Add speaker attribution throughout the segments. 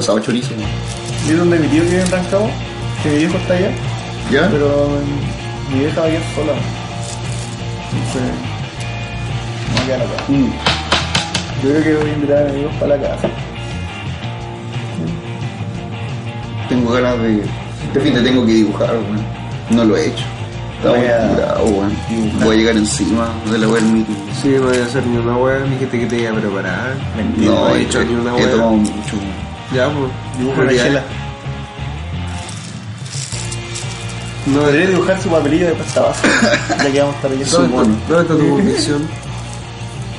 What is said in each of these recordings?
Speaker 1: Pasado chorizo.
Speaker 2: ¿Vieron de mi tío que vive en Rancagua? Que mi viejo está allá,
Speaker 1: ¿Ya?
Speaker 2: pero mm, mi vieja va a ir sola. Entonces, me voy a quedar acá.
Speaker 1: Mm.
Speaker 2: Yo creo que voy a invitar a mis amigos para la casa.
Speaker 1: Tengo ganas de. Este fin te tengo que dibujar, weón. No lo he hecho. Estaba
Speaker 2: Voy a-
Speaker 1: curado, weón.
Speaker 2: dibujar.
Speaker 1: Voy a llegar encima de la web
Speaker 3: Sí, no voy a hacer ni una weá, ni que te que te iba a preparar.
Speaker 2: Mentira.
Speaker 1: No,
Speaker 3: no
Speaker 1: he
Speaker 3: he hecho ni una
Speaker 1: He
Speaker 3: wea.
Speaker 1: tomado mucho, weón.
Speaker 3: Ya, pues.
Speaker 2: Dibujo la chela.
Speaker 3: No,
Speaker 2: Podría dibujar su papelillo de pasta base. ya que vamos a estar allá.
Speaker 1: Su
Speaker 3: ¿Dónde
Speaker 1: mono.
Speaker 3: está, ¿Dónde está tu convicción?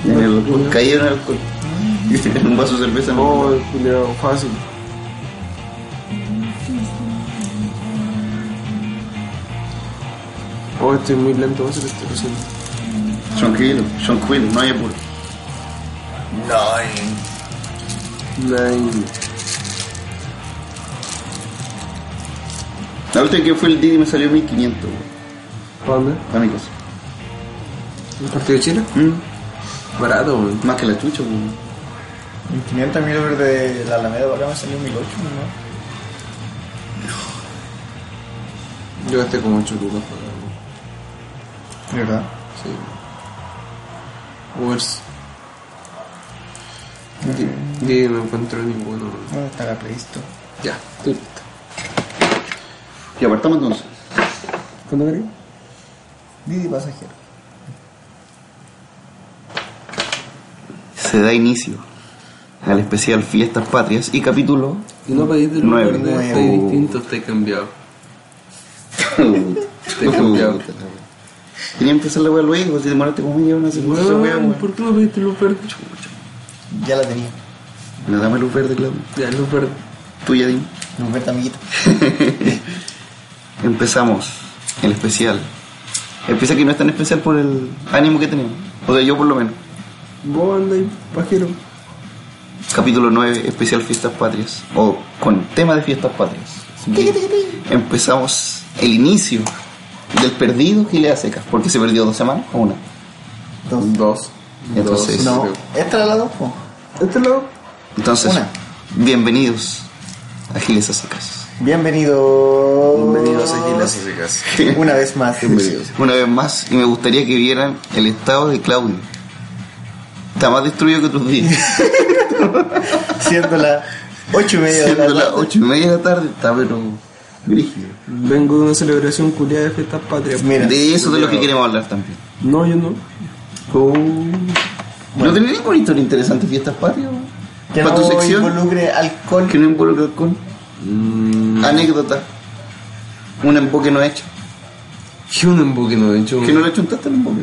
Speaker 1: En el alcohol. Caí en el alcohol. En un vaso de cerveza. me
Speaker 3: Oh,
Speaker 1: curó.
Speaker 3: culiao, fácil. Oh, estoy muy lento, va a ser esto recién.
Speaker 1: Tranquilo, tranquilo, no hay apuro. Nine.
Speaker 3: Nine.
Speaker 1: La última que fue el Didi me salió 1500, weón.
Speaker 3: ¿Para dónde?
Speaker 1: A mi casa.
Speaker 3: ¿El partido de Chile?
Speaker 1: Mm,
Speaker 3: Barato, weón.
Speaker 1: Más que la chucha, weón.
Speaker 2: En 500 mil dólares de la Alameda para acá me salió 1008, ¿no?
Speaker 3: Yo gasté como 8 lucas para acá, weón.
Speaker 2: De verdad.
Speaker 3: Sí. Worse. Di- di, no encuentro ninguno, weón.
Speaker 2: ¿Dónde está la Play Store?
Speaker 3: Ya, estoy listo.
Speaker 1: Y apartamos entonces.
Speaker 3: ¿Cuándo queréis?
Speaker 2: Didi pasajero.
Speaker 1: Se da inicio al especial Fiestas Patrias y capítulo.
Speaker 3: Y no pedís del
Speaker 1: Nueve.
Speaker 3: lugar donde estáis
Speaker 1: Nueve.
Speaker 3: distinto, estáis cambiado. Te he cambiado.
Speaker 1: Tenía que empezar la weá luego, si demoraste como media hora, se puso esa weá,
Speaker 3: Weón,
Speaker 1: weón.
Speaker 3: ¿por qué no pediste luz verde? Chucha.
Speaker 2: Ya la tenía.
Speaker 1: La dame luz verde, Claudio.
Speaker 3: Ya, luz verde.
Speaker 1: Tuya, Dim.
Speaker 2: Nos verte amiguito.
Speaker 1: Empezamos el especial. Empieza que no es tan especial por el ánimo que tenemos. O sea, yo por lo menos.
Speaker 3: Vos andáis pajero.
Speaker 1: Capítulo 9, especial Fiestas Patrias. O con tema de Fiestas Patrias. Así que Empezamos el inicio del perdido Gilea Secas. Porque se perdió dos semanas o una.
Speaker 2: Dos.
Speaker 3: Dos.
Speaker 1: Entonces-
Speaker 2: No,
Speaker 3: creo.
Speaker 2: esta era la dos, po.
Speaker 3: Este lado.
Speaker 1: Entonces,
Speaker 2: Una.
Speaker 1: bienvenidos a Giles a Secas.
Speaker 2: Bienvenido.
Speaker 3: Bienvenidos a Gilas y Secas.
Speaker 2: Una vez más.
Speaker 1: Una vez más, y me gustaría que vieran el estado de Claudio. Está más destruido que otros días.
Speaker 2: Siendo la ocho y media de la
Speaker 1: Siendo las
Speaker 2: tarde.
Speaker 1: ocho y media de la tarde, está pero brígido.
Speaker 3: Vengo de una celebración culiada de fiestas patrias.
Speaker 2: Mira.
Speaker 1: De eso de lo que queremos hablar también.
Speaker 3: No, yo no. Oh.
Speaker 1: ¿No tenés ninguna historia interesante de fiestas patrias?
Speaker 2: Que
Speaker 1: ¿Para
Speaker 2: no
Speaker 1: tu sección?
Speaker 2: involucre alcohol.
Speaker 1: Que no involucra alcohol.
Speaker 2: Mm.
Speaker 1: Anécdota. Un emboque no hecho.
Speaker 3: Que un emboque no he
Speaker 2: Uh.
Speaker 3: hecho.
Speaker 1: Que no le chuntaste al emboque.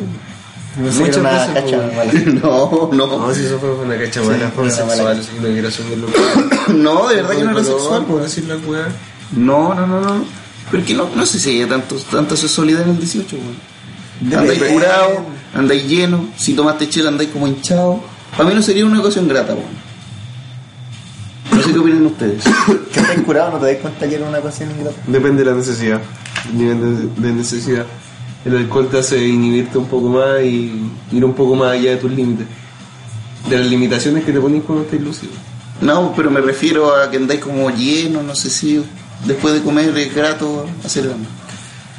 Speaker 2: No sé, era
Speaker 3: Muchas
Speaker 2: una
Speaker 3: veces,
Speaker 2: cacha
Speaker 1: pues,
Speaker 3: po.
Speaker 2: mala.
Speaker 1: No, no.
Speaker 3: No, si eso fue una cacha mala,
Speaker 2: Sí,
Speaker 3: fue
Speaker 2: una mala
Speaker 3: sexual, así que no quiero asumirlo.
Speaker 1: No, de verdad que no era sexual.
Speaker 3: Puedo decir la weá.
Speaker 1: No, no, no, no. Porque no, no sé si haya tanto, tanta sexualidad en el 18, weón. Andáis
Speaker 2: Depende.
Speaker 1: curado, andáis lleno, si tomaste chela andáis como hinchado. Para mí no sería una ocasión grata, weón. No sé qué opinan ustedes.
Speaker 2: Que estás curado, no te das cuenta que era una cosa ingrata.
Speaker 3: Depende de la necesidad, el nivel de, de necesidad. El alcohol te hace inhibirte un poco más y ir un poco más allá de tus límites. De las limitaciones que te pones cuando estás lúcido.
Speaker 1: No, pero me refiero a que andáis como lleno, no sé si después de comer es grato hacer el amor.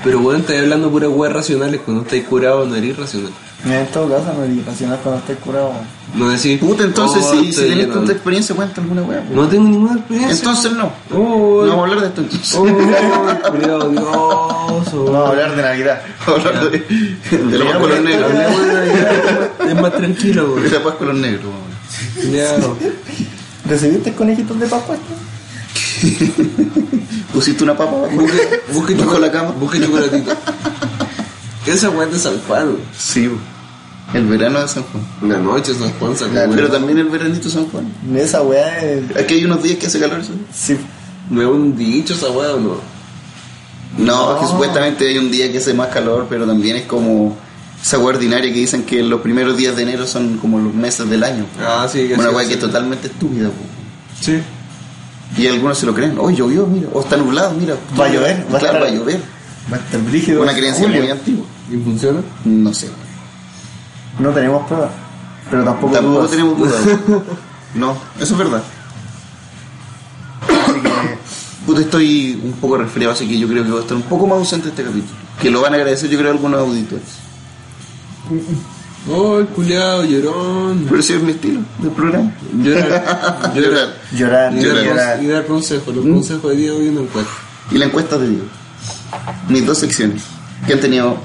Speaker 3: Pero bueno, estás hablando pura weas racionales, cuando estás curado no eres racional.
Speaker 2: Mira, en todo caso, no es irracional cuando estás curado.
Speaker 3: No decir,
Speaker 1: Puta, entonces
Speaker 3: "Oh,
Speaker 1: si, si
Speaker 3: estoy
Speaker 1: tenés
Speaker 3: lleno".
Speaker 1: tanta experiencia, cuenta alguna weá. weón.
Speaker 3: No tengo ninguna experiencia.
Speaker 1: Entonces no.
Speaker 3: Oh,
Speaker 1: No vamos a hablar de esto entonces.
Speaker 3: oh, culiao, Dios, oh.
Speaker 2: Vamos a hablar de Navidad.
Speaker 1: Vamos a hablar de, de la paz con los negros.
Speaker 3: Hablemos de Navidad, Es más tranquilo,
Speaker 1: De
Speaker 3: güey.
Speaker 1: la paz con los negros, weón.
Speaker 3: Culiao.
Speaker 2: ¿Recibiste conejitos de Pascua?
Speaker 1: Pusiste una papa bajo,
Speaker 3: Busque, busque
Speaker 1: bajo
Speaker 3: chocolate,
Speaker 1: la cama.
Speaker 3: Busque chocolatito. Esa weá es de San Juan.
Speaker 1: Sí, bo. el verano de San Juan.
Speaker 3: La noche San Juan sacó
Speaker 1: Pero también el veranito de San Juan.
Speaker 2: Esa weá es...
Speaker 1: Aquí hay unos días que hace calor, ¿sí?
Speaker 2: Sí,
Speaker 3: No es un dicho esa weá, ¿o no?
Speaker 1: No, que supuestamente hay un día que hace más calor, pero también es como esa hueá ordinaria que dicen que los primeros días de enero son como los meses del año.
Speaker 3: Ah, sí, que
Speaker 1: Una
Speaker 3: sí,
Speaker 1: hueá
Speaker 3: sí.
Speaker 1: que es totalmente estúpida, po.
Speaker 3: Sí.
Speaker 1: Y algunos se lo creen. Hoy llovió, mira. O está nublado, mira.
Speaker 4: Va a llover, va a
Speaker 1: Claro,
Speaker 4: estar-
Speaker 1: va a llover.
Speaker 4: Va a estar brígido.
Speaker 1: Una creencia
Speaker 4: Julio.
Speaker 1: muy antigua.
Speaker 3: ¿Y funciona?
Speaker 1: No sé. güey.
Speaker 4: No tenemos pruebas. Pero tampoco,
Speaker 1: Tampoco
Speaker 4: dudas.
Speaker 1: tenemos dudas. güey. no, eso es verdad.
Speaker 4: Así que,
Speaker 1: Puta, estoy un poco resfriado, así que yo creo que voy a estar un poco más ausente este capítulo. Que lo van a agradecer, yo creo, a algunos auditores.
Speaker 3: Oh, el culiado, llorón.
Speaker 1: Pero ese es mi estilo del programa.
Speaker 3: Llorar. Llorar. ¿Mm?
Speaker 4: llorar,
Speaker 3: Y
Speaker 1: Llorar.
Speaker 3: dar,
Speaker 4: llorar.
Speaker 3: conse- y dar consejos. Los consejos de día hoy no encuentro.
Speaker 1: Y la encuesta de Diego. Mis dos secciones. Que han tenido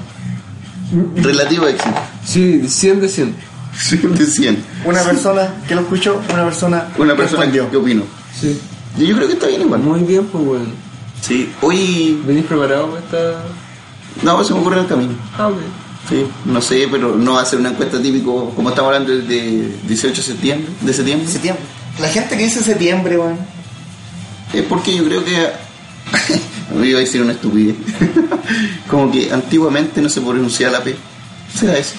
Speaker 1: relativo éxito.
Speaker 3: Sí, 100 de 100.
Speaker 1: 100 de 100.
Speaker 4: Una persona que lo escuchó, una persona
Speaker 1: Una persona que
Speaker 4: respondió.
Speaker 1: que opinó.
Speaker 3: Sí.
Speaker 1: Y yo creo que está bien igual.
Speaker 3: Muy bien, pues, weón.
Speaker 1: Sí. Hoy...
Speaker 3: ¿Venís preparado para esta...?
Speaker 1: No, se me ocurre en el camino.
Speaker 3: Ah, ok.
Speaker 1: Sí, no sé, pero no va a ser una encuesta típico, como estamos hablando del de 18 de septiembre, de septiembre,
Speaker 4: Septiembre. La gente que dice septiembre, weón.
Speaker 1: es porque yo creo que yo iba a decir una estupidez. como que antiguamente no se pronunciaba la P. ¿Será eso?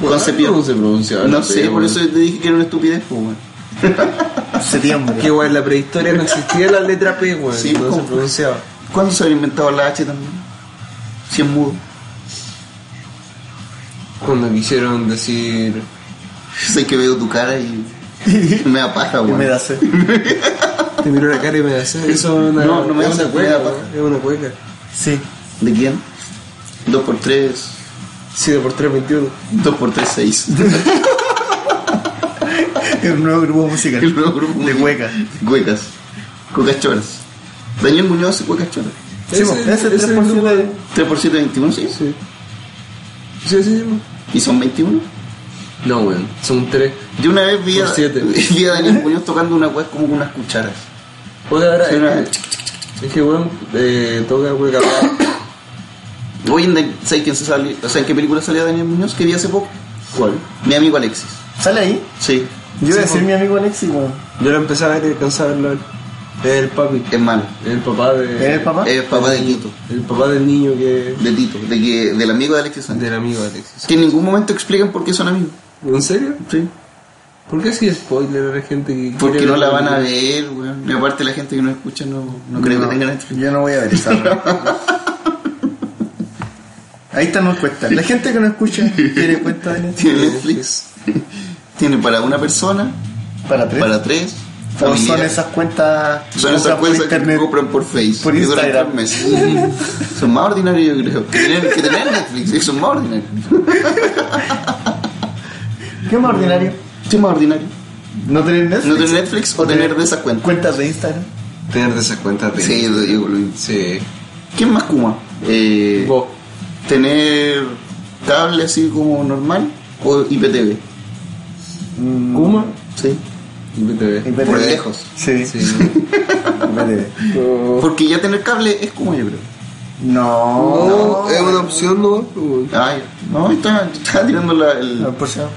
Speaker 1: Concepción.
Speaker 3: ¿Cómo se pronunciaba?
Speaker 1: No sé, por eso te dije que era una estupidez, pues bueno.
Speaker 4: Septiembre.
Speaker 3: Que, weón, en la prehistoria no existía la letra P, weón.
Speaker 1: Sí,
Speaker 3: no se
Speaker 1: ¿cómo?
Speaker 3: pronunciaba.
Speaker 1: ¿Cuándo se había inventado la H también? Si es mudo.
Speaker 3: Cuando quisieron decir...
Speaker 1: Sé que veo tu cara y me da paja,
Speaker 4: Y
Speaker 1: weón.
Speaker 4: me da sed.
Speaker 3: Te miró la cara y me hace... Eso es una,
Speaker 1: No, no me
Speaker 3: es
Speaker 1: hace,
Speaker 3: una
Speaker 1: me da
Speaker 3: cueca,
Speaker 1: paja.
Speaker 3: weón. Es una cueca.
Speaker 4: Sí.
Speaker 1: ¿De quién? 2 por 3
Speaker 3: 7 por 3, 21.
Speaker 1: 2 por 3 6
Speaker 4: El nuevo grupo musical.
Speaker 1: El nuevo grupo
Speaker 4: De
Speaker 1: musical.
Speaker 4: hueca.
Speaker 1: Cuecas. Cuecas choras. Daniel Muñoz y Cuecas choras.
Speaker 4: Sí, po, ese
Speaker 3: es el
Speaker 4: 3%
Speaker 3: grupo
Speaker 4: de-
Speaker 1: 3 por 7, 21, sí.
Speaker 3: Sí. Sí, sí, sí.
Speaker 1: ¿Y son 21?
Speaker 3: No, weón. Son 3.
Speaker 1: Yo una vez vi a,
Speaker 3: Por siete.
Speaker 1: vi a Daniel Muñoz tocando una weá como con unas cucharas.
Speaker 3: Oye, ahora...
Speaker 1: Sí, una-
Speaker 3: Es que, weón, eh, toca hueca.
Speaker 1: Hoy en día, ¿sabes quién se sale? O sea, ¿en qué película salía Daniel Muñoz? Que vi hace poco.
Speaker 3: ¿Cuál?
Speaker 1: Mi amigo Alexis.
Speaker 4: ¿Sale ahí?
Speaker 1: Sí.
Speaker 4: Yo voy
Speaker 3: Sí,
Speaker 4: a decir
Speaker 3: po.
Speaker 4: mi amigo Alexis, weón.
Speaker 3: Yo lo empecé a ver y alcanzaba a verlo. a él. Es el papi.
Speaker 1: Es malo.
Speaker 3: El papá
Speaker 1: Eh,
Speaker 3: de.
Speaker 4: ¿Es el papá?
Speaker 1: Es papá de Tito.
Speaker 3: El papá del niño que.
Speaker 1: De Tito. De que, del amigo de Alexis Sánchez.
Speaker 3: Del amigo Alexis.
Speaker 1: Que en ningún momento explican por qué son amigos.
Speaker 3: ¿En serio?
Speaker 1: Sí.
Speaker 3: ¿Por qué si spoiler a la gente que.?
Speaker 1: Porque
Speaker 3: quiere
Speaker 1: no la
Speaker 3: verlo?
Speaker 1: van a ver, weón. Y aparte la gente que nos escucha no, no creo que tengan explicación.
Speaker 4: Yo no voy a ver esa. weón. Ahí está nos cuesta. La gente que no escucha tiene cuenta de Netflix.
Speaker 1: Tiene Netflix. Tiene para una persona,
Speaker 4: Para tres.
Speaker 1: para tres.
Speaker 4: o
Speaker 1: familia.
Speaker 4: son esas cuentas
Speaker 1: Son esas
Speaker 4: compras
Speaker 1: cosas que
Speaker 4: internet.
Speaker 1: compran por Facebook.
Speaker 4: Por Instagram.
Speaker 1: Son más ordinarios, yo creo. Que tener, que tener Netflix, eso es más ordinario.
Speaker 4: ¿Qué más ordinario?
Speaker 1: ¿Qué es más ordinario?
Speaker 4: ¿No tener Netflix?
Speaker 1: ¿No tener Netflix o tener de esas cuentas?
Speaker 4: cuentas de Instagram?
Speaker 3: Tener de esas cuentas de.
Speaker 1: Sí, yo digo lo mismo.
Speaker 3: Sí.
Speaker 1: ¿Qué es más Kuma? Eh,
Speaker 3: Vos.
Speaker 1: ¿Tener cable así como normal o IPTV?
Speaker 4: Mm.
Speaker 3: ¿Kuma?
Speaker 1: Sí.
Speaker 3: Y PTV.
Speaker 4: IPTV.
Speaker 1: Por lejos.
Speaker 4: Sí,
Speaker 3: Sí.
Speaker 4: IPTV.
Speaker 3: No.
Speaker 1: Porque ya tener cable es como yo creo.
Speaker 4: No. Eh, pues,
Speaker 3: No, es una opción, pues, no. weón.
Speaker 1: Ay, no, está, está tirando la, el-
Speaker 4: No, por si acaso.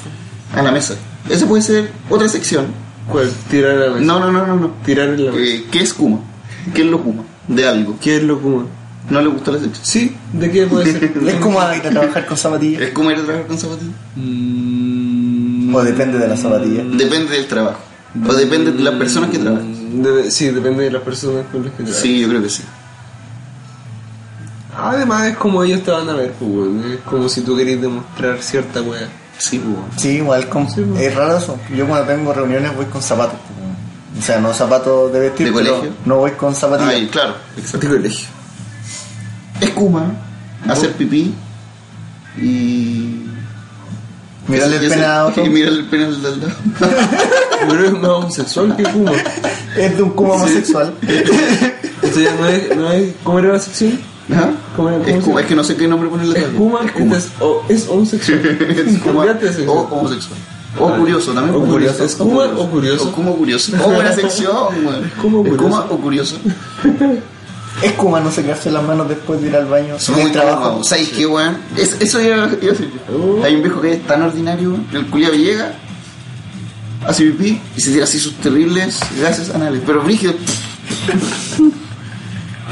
Speaker 1: a la mesa. Esa puede ser otra sección.
Speaker 3: ¿Cuál? Pues, Tirar a la mesa.
Speaker 1: No, no, no, no. no.
Speaker 3: Tirar en la mesa.
Speaker 1: Eh, ¿Qué es Kuma? ¿Qué es lo Kuma? De algo.
Speaker 3: ¿Qué es lo Kuma?
Speaker 1: No le gustó la sección.
Speaker 3: Sí, ¿de qué puede ser?
Speaker 4: Es como a- ir a trabajar con zapatillas.
Speaker 1: ¿Es como ir a trabajar con zapatillas?
Speaker 3: Mm,
Speaker 4: O depende de la zapatilla.
Speaker 1: Depende del trabajo. O depende de las personas que trabajan.
Speaker 3: de- Mm, sí, depende de las personas con las que trabajas.
Speaker 1: Sí, yo creo que sí.
Speaker 3: Además es como ellos te van a ver, pues, weón. Es como si tú querés demostrar cierta wea.
Speaker 1: Sí, pues, bueno.
Speaker 4: Sí, igual con...
Speaker 3: Sí, pues.
Speaker 4: es raro eso. Yo cuando tengo reuniones voy con zapatos. pues, O sea, no zapatos de vestir,
Speaker 1: ¿De
Speaker 4: pero
Speaker 1: colegio?
Speaker 4: no voy con zapatillas.
Speaker 1: Ay, claro.
Speaker 3: De colegio.
Speaker 1: Es Kuma. Hacer pipí. Y...
Speaker 4: Mírale
Speaker 1: y
Speaker 4: el
Speaker 1: hacer-
Speaker 4: penado.
Speaker 1: Y mirarle el penado al lado.
Speaker 3: Pero es más homosexual que Kuma.
Speaker 4: Es de un cubo homosexual.
Speaker 3: Esto ya no es, no es... ¿Cómo era la sección?
Speaker 1: Ajá.
Speaker 3: ¿Cómo era? ¿Cómo
Speaker 1: ¿Ah? Es, Kuma.
Speaker 3: se-
Speaker 1: es que no sé qué nombre ponerle
Speaker 3: Es
Speaker 1: también.
Speaker 3: Kuma,
Speaker 1: Es Kuma.
Speaker 3: entonces, o- es homosexual.
Speaker 1: Es Kuma.
Speaker 3: Cambiate de sección.
Speaker 1: O homosexual. O curioso también.
Speaker 3: O
Speaker 1: pues,
Speaker 3: curioso.
Speaker 1: curioso.
Speaker 3: ¿Es Kuma o curioso?
Speaker 1: O Kuma curioso. O buena sección, güey.
Speaker 3: Kuma o
Speaker 1: Es Kuma
Speaker 3: curioso.
Speaker 1: o curioso.
Speaker 4: Es como no secarse las manos después de ir al baño.
Speaker 1: Son
Speaker 4: del
Speaker 1: muy trabajo. ¿Sabes qué, weón? Es- eso iba, iba a decir yo.
Speaker 3: Oh.
Speaker 1: Hay un viejo que es tan ordinario, weón. El culiado llega, hace pipí y se tira así sus terribles gases anales. Pero brígido.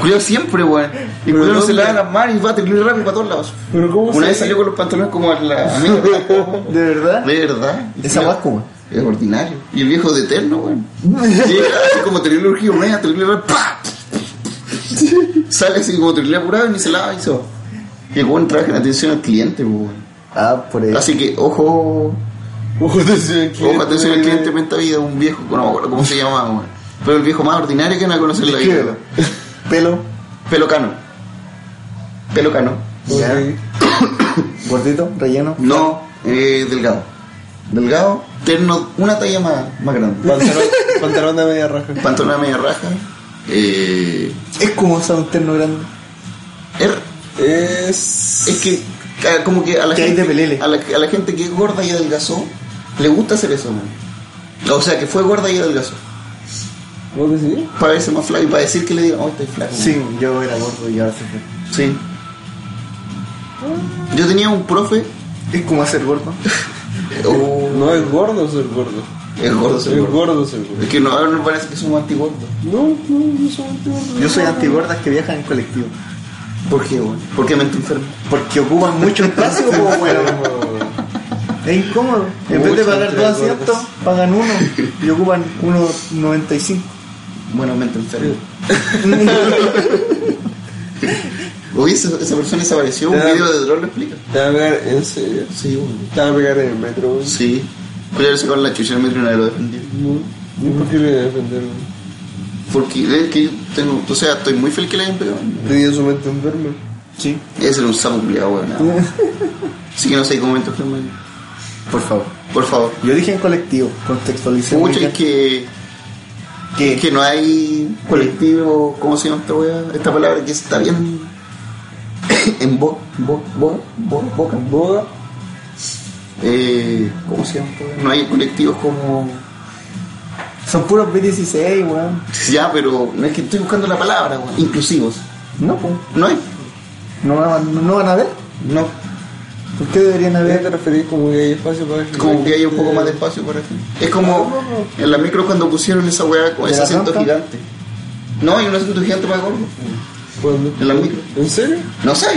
Speaker 1: Cuidado siempre, weón. Y
Speaker 3: Pero
Speaker 1: cuidado no se
Speaker 3: ¿dónde?
Speaker 1: lava las manos y va a terminar rápido para todos lados.
Speaker 2: Pero ¿cómo
Speaker 1: Una
Speaker 2: se-
Speaker 1: vez salió con los pantalones como a la amiga.
Speaker 2: ¿De verdad?
Speaker 1: De verdad.
Speaker 2: Esa guasco, weón.
Speaker 1: Es ordinario. Y el viejo de eterno, weón. Llega así como terrible urgido, media, terrible ra- ¡pa! Sale así como terrible apurado y ni se lava y se va. Y el weón trabaja en atención al cliente, weón.
Speaker 5: Ah, por eso.
Speaker 1: Así que, ojo,
Speaker 3: Ojo, atención al cliente.
Speaker 1: ojo, atención al cliente, menta vida, un viejo, no me acuerdo cómo se llamaba, weón. Pero el viejo más ordinario que van a conocer en la vida.
Speaker 5: Pelo.
Speaker 1: Pelocano. Pelocano.
Speaker 5: Ya. Gordito, relleno.
Speaker 1: No, eh, delgado. Delgado, terno, una talla más, más grande.
Speaker 3: Pantalón, pantalón de media raja.
Speaker 1: Pantalona media raja. Eh,
Speaker 5: Es como usar un terno grande.
Speaker 1: er-
Speaker 3: Es.
Speaker 1: es que ah, como que a la
Speaker 5: Que hay
Speaker 1: gente
Speaker 5: de pelele.
Speaker 1: a la, a la gente que es gorda y adelgazó le gusta hacer eso, man. O sea, que fue gorda y adelgazó.
Speaker 3: ¿Vos decís?
Speaker 1: Para verse más flaco y para decir que le digan, oh, estoy flaco. man".
Speaker 5: Sí, yo era gordo y ahora se fue.
Speaker 1: Sí. Yo tenía un profe,
Speaker 5: Es como hacer gordo.
Speaker 1: eh, oh,
Speaker 3: No es gordo ser gordo.
Speaker 1: es gordo, soy
Speaker 3: Es
Speaker 1: gordo.
Speaker 3: gordo ser gordo.
Speaker 1: Es que no, ahora me parece que somos antigordos.
Speaker 3: No, no, no soy gordo.
Speaker 5: Yo soy antigordas que viajan en colectivo.
Speaker 1: ¿Por qué, weón? ¿Por qué mente enferma?
Speaker 5: Porque ocupan mucho espacio, como bueno. Es incómodo. En vez de
Speaker 3: Mucho
Speaker 5: pagar
Speaker 3: entre
Speaker 5: dos
Speaker 3: gordos.
Speaker 5: asientos, pagan uno. Y ocupan 1.95.
Speaker 1: Bueno, mente enferma. Oye, esa, esa persona desapareció, un
Speaker 3: Ya.
Speaker 1: video de Droll lo explica.
Speaker 3: Te va a pegar en serio.
Speaker 1: Sí, weón.
Speaker 3: Te va a pegar en el metro. güey.
Speaker 1: Sí. Cuidado se con la chucha del metro y nadie lo defendió.
Speaker 3: No. ¿Y por qué le voy a defender? güey?
Speaker 1: Porque es que yo tengo, o sea, estoy muy feliz que le hayan pegado.
Speaker 3: Le dio su mente enferma.
Speaker 5: Sí.
Speaker 1: Ese era un sapo culiado, weón. Así que no sé cómo mente enferma.
Speaker 5: Por favor.
Speaker 1: Por favor.
Speaker 5: Yo dije en colectivo, contextualicé. muy
Speaker 1: Pucha,
Speaker 5: bien.
Speaker 1: es que,
Speaker 5: ¿Qué?
Speaker 1: es que no hay colectivo, ¿cómo se llama esta weá? Esta palabra que está bien en bo, bo, bo, bo, boca.
Speaker 3: Boga.
Speaker 1: Eh, ¿Cómo se llama? esta weá? No hay colectivos como...
Speaker 5: Son puros B16, weón.
Speaker 1: Ya, pero no es que estoy buscando la palabra, weón. Inclusivos.
Speaker 5: No, pues.
Speaker 1: No hay.
Speaker 5: No, van- no van a ver.
Speaker 1: No.
Speaker 5: ¿Por qué deberían
Speaker 3: ¿A qué
Speaker 5: haber?
Speaker 3: te referís como que hay espacio para que
Speaker 1: Como que hay un poco más de espacio para ti. Es como en la micro cuando pusieron esa weá con
Speaker 5: ¿De
Speaker 1: ese
Speaker 5: la
Speaker 1: asiento
Speaker 5: rampa?
Speaker 1: gigante. No, hay un asiento gigante para gordo.
Speaker 3: ¿Cuándo?
Speaker 1: En la micro.
Speaker 3: ¿En serio?
Speaker 1: No sé. ¿eh?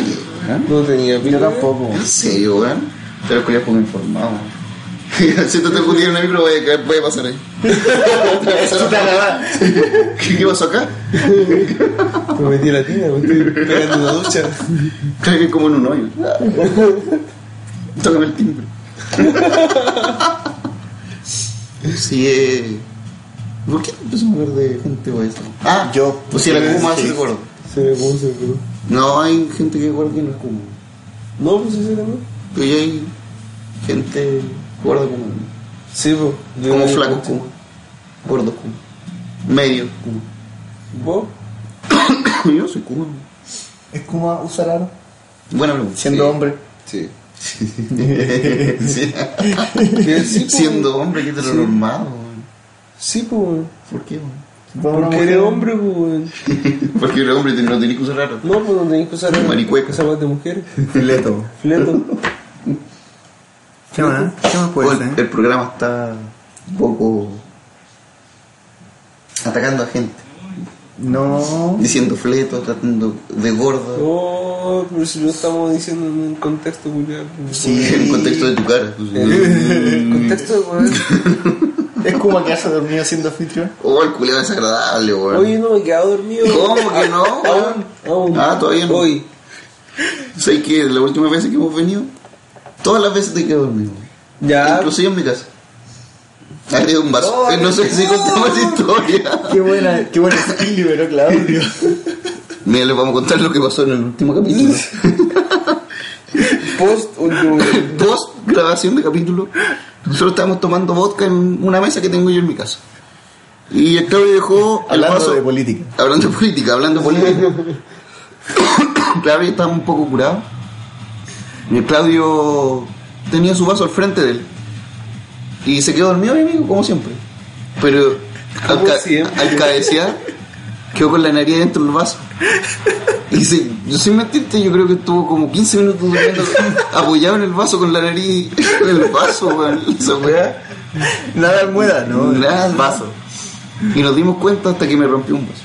Speaker 1: ¿Ah?
Speaker 3: No tenía
Speaker 5: Yo
Speaker 3: pinta.
Speaker 5: tampoco.
Speaker 1: En serio, weón. Te lo quería poco informado. Siéntate a putear en la micro, voy a, voy a pasar ahí. Te voy a pasar acá. ¿Qué, ¿Qué pasó acá?
Speaker 3: Me metí la tina, me estoy pegando una ducha.
Speaker 1: Creo que como en un hoyo. Tócame el timbre. sí, eh. ¿Por qué empezamos a hablar de gente obesa? Ah,
Speaker 5: Yo.
Speaker 1: Pues si la Kuma
Speaker 5: Sí.
Speaker 1: es gordo.
Speaker 3: Se me puso el culo.
Speaker 1: No hay gente que es gorda que no es Kuma.
Speaker 3: No, pues sí, sí, no.
Speaker 1: Pero ya hay gente gorda como él.
Speaker 3: Sí, pues. yo
Speaker 1: Como
Speaker 3: no me
Speaker 1: flaco
Speaker 3: escuché.
Speaker 1: Kuma. Gordo Kuma. Medio Kuma.
Speaker 3: ¿Vos?
Speaker 1: Yo soy Kuma.
Speaker 5: Es como usar aro.
Speaker 1: Buena pregunta.
Speaker 5: Siendo hombre.
Speaker 3: Sí.
Speaker 1: Sí.
Speaker 3: Que sí, pues,
Speaker 1: Siendo hombre, que te lo normado. weón.
Speaker 3: Sí, pues.
Speaker 1: ¿Por qué, weón?
Speaker 3: Porque eres hombre, pues.
Speaker 1: Porque el hombre no tiene que usar raro.
Speaker 3: No, pues no tenés que usar
Speaker 1: Maricueca.
Speaker 3: zapatos de mujer.
Speaker 5: Fileto.
Speaker 3: Fleto.
Speaker 5: ¿Qué más? ¿Qué más puede
Speaker 1: Bueno,
Speaker 5: ser?
Speaker 1: El programa está un poco atacando a gente,
Speaker 5: No.
Speaker 1: diciendo fleto, tratando de gordo,
Speaker 3: No, Oh, pero si lo estamos diciendo en un contexto, Julián. pues.
Speaker 1: en el contexto de tu cara. Mm.
Speaker 3: Contexto de weón.
Speaker 5: Es como quedarse dormido siendo anfitrión.
Speaker 1: oh, el culeo desagradable, weón.
Speaker 3: Oye, no me he quedado dormido.
Speaker 1: ¿Cómo que no, weón?
Speaker 3: Aún, aún.
Speaker 1: Ah, todavía no.
Speaker 3: Hoy.
Speaker 1: Sé que la última vez que hemos venido, todas las veces te quedas dormido,
Speaker 3: Ya.
Speaker 1: inclusive en mi casa. Ahí hay un vaso.
Speaker 5: No,
Speaker 1: no sé si contamos la historia.
Speaker 5: Qué buena, qué buena skill liberó Claudio.
Speaker 1: Mira, les vamos a contar lo que pasó en el último capítulo.
Speaker 3: Post último.
Speaker 1: Dos grabación de capítulo. Nosotros estábamos tomando vodka en una mesa que tengo yo en mi casa. Y el Claudio dejó el
Speaker 5: Hablando
Speaker 1: vaso-
Speaker 5: de política.
Speaker 1: hablando de política, hablando de política. Claudio estaba un poco curado. Y el Claudio tenía su vaso al frente de él. Y se quedó dormido, mi amigo, como siempre. Pero al,
Speaker 3: Como
Speaker 1: ca-
Speaker 3: siempre.
Speaker 1: al cabecear, quedó con la nariz dentro del vaso. Y se, yo sin mentirte, yo creo que estuvo como 15 minutos durmiendo apoyado en el vaso con la nariz en el vaso, weón. Esa weá.
Speaker 5: Nada almuera, ¿no?
Speaker 1: Nada.
Speaker 5: Vaso.
Speaker 1: Y nos dimos cuenta hasta que me rompió un vaso.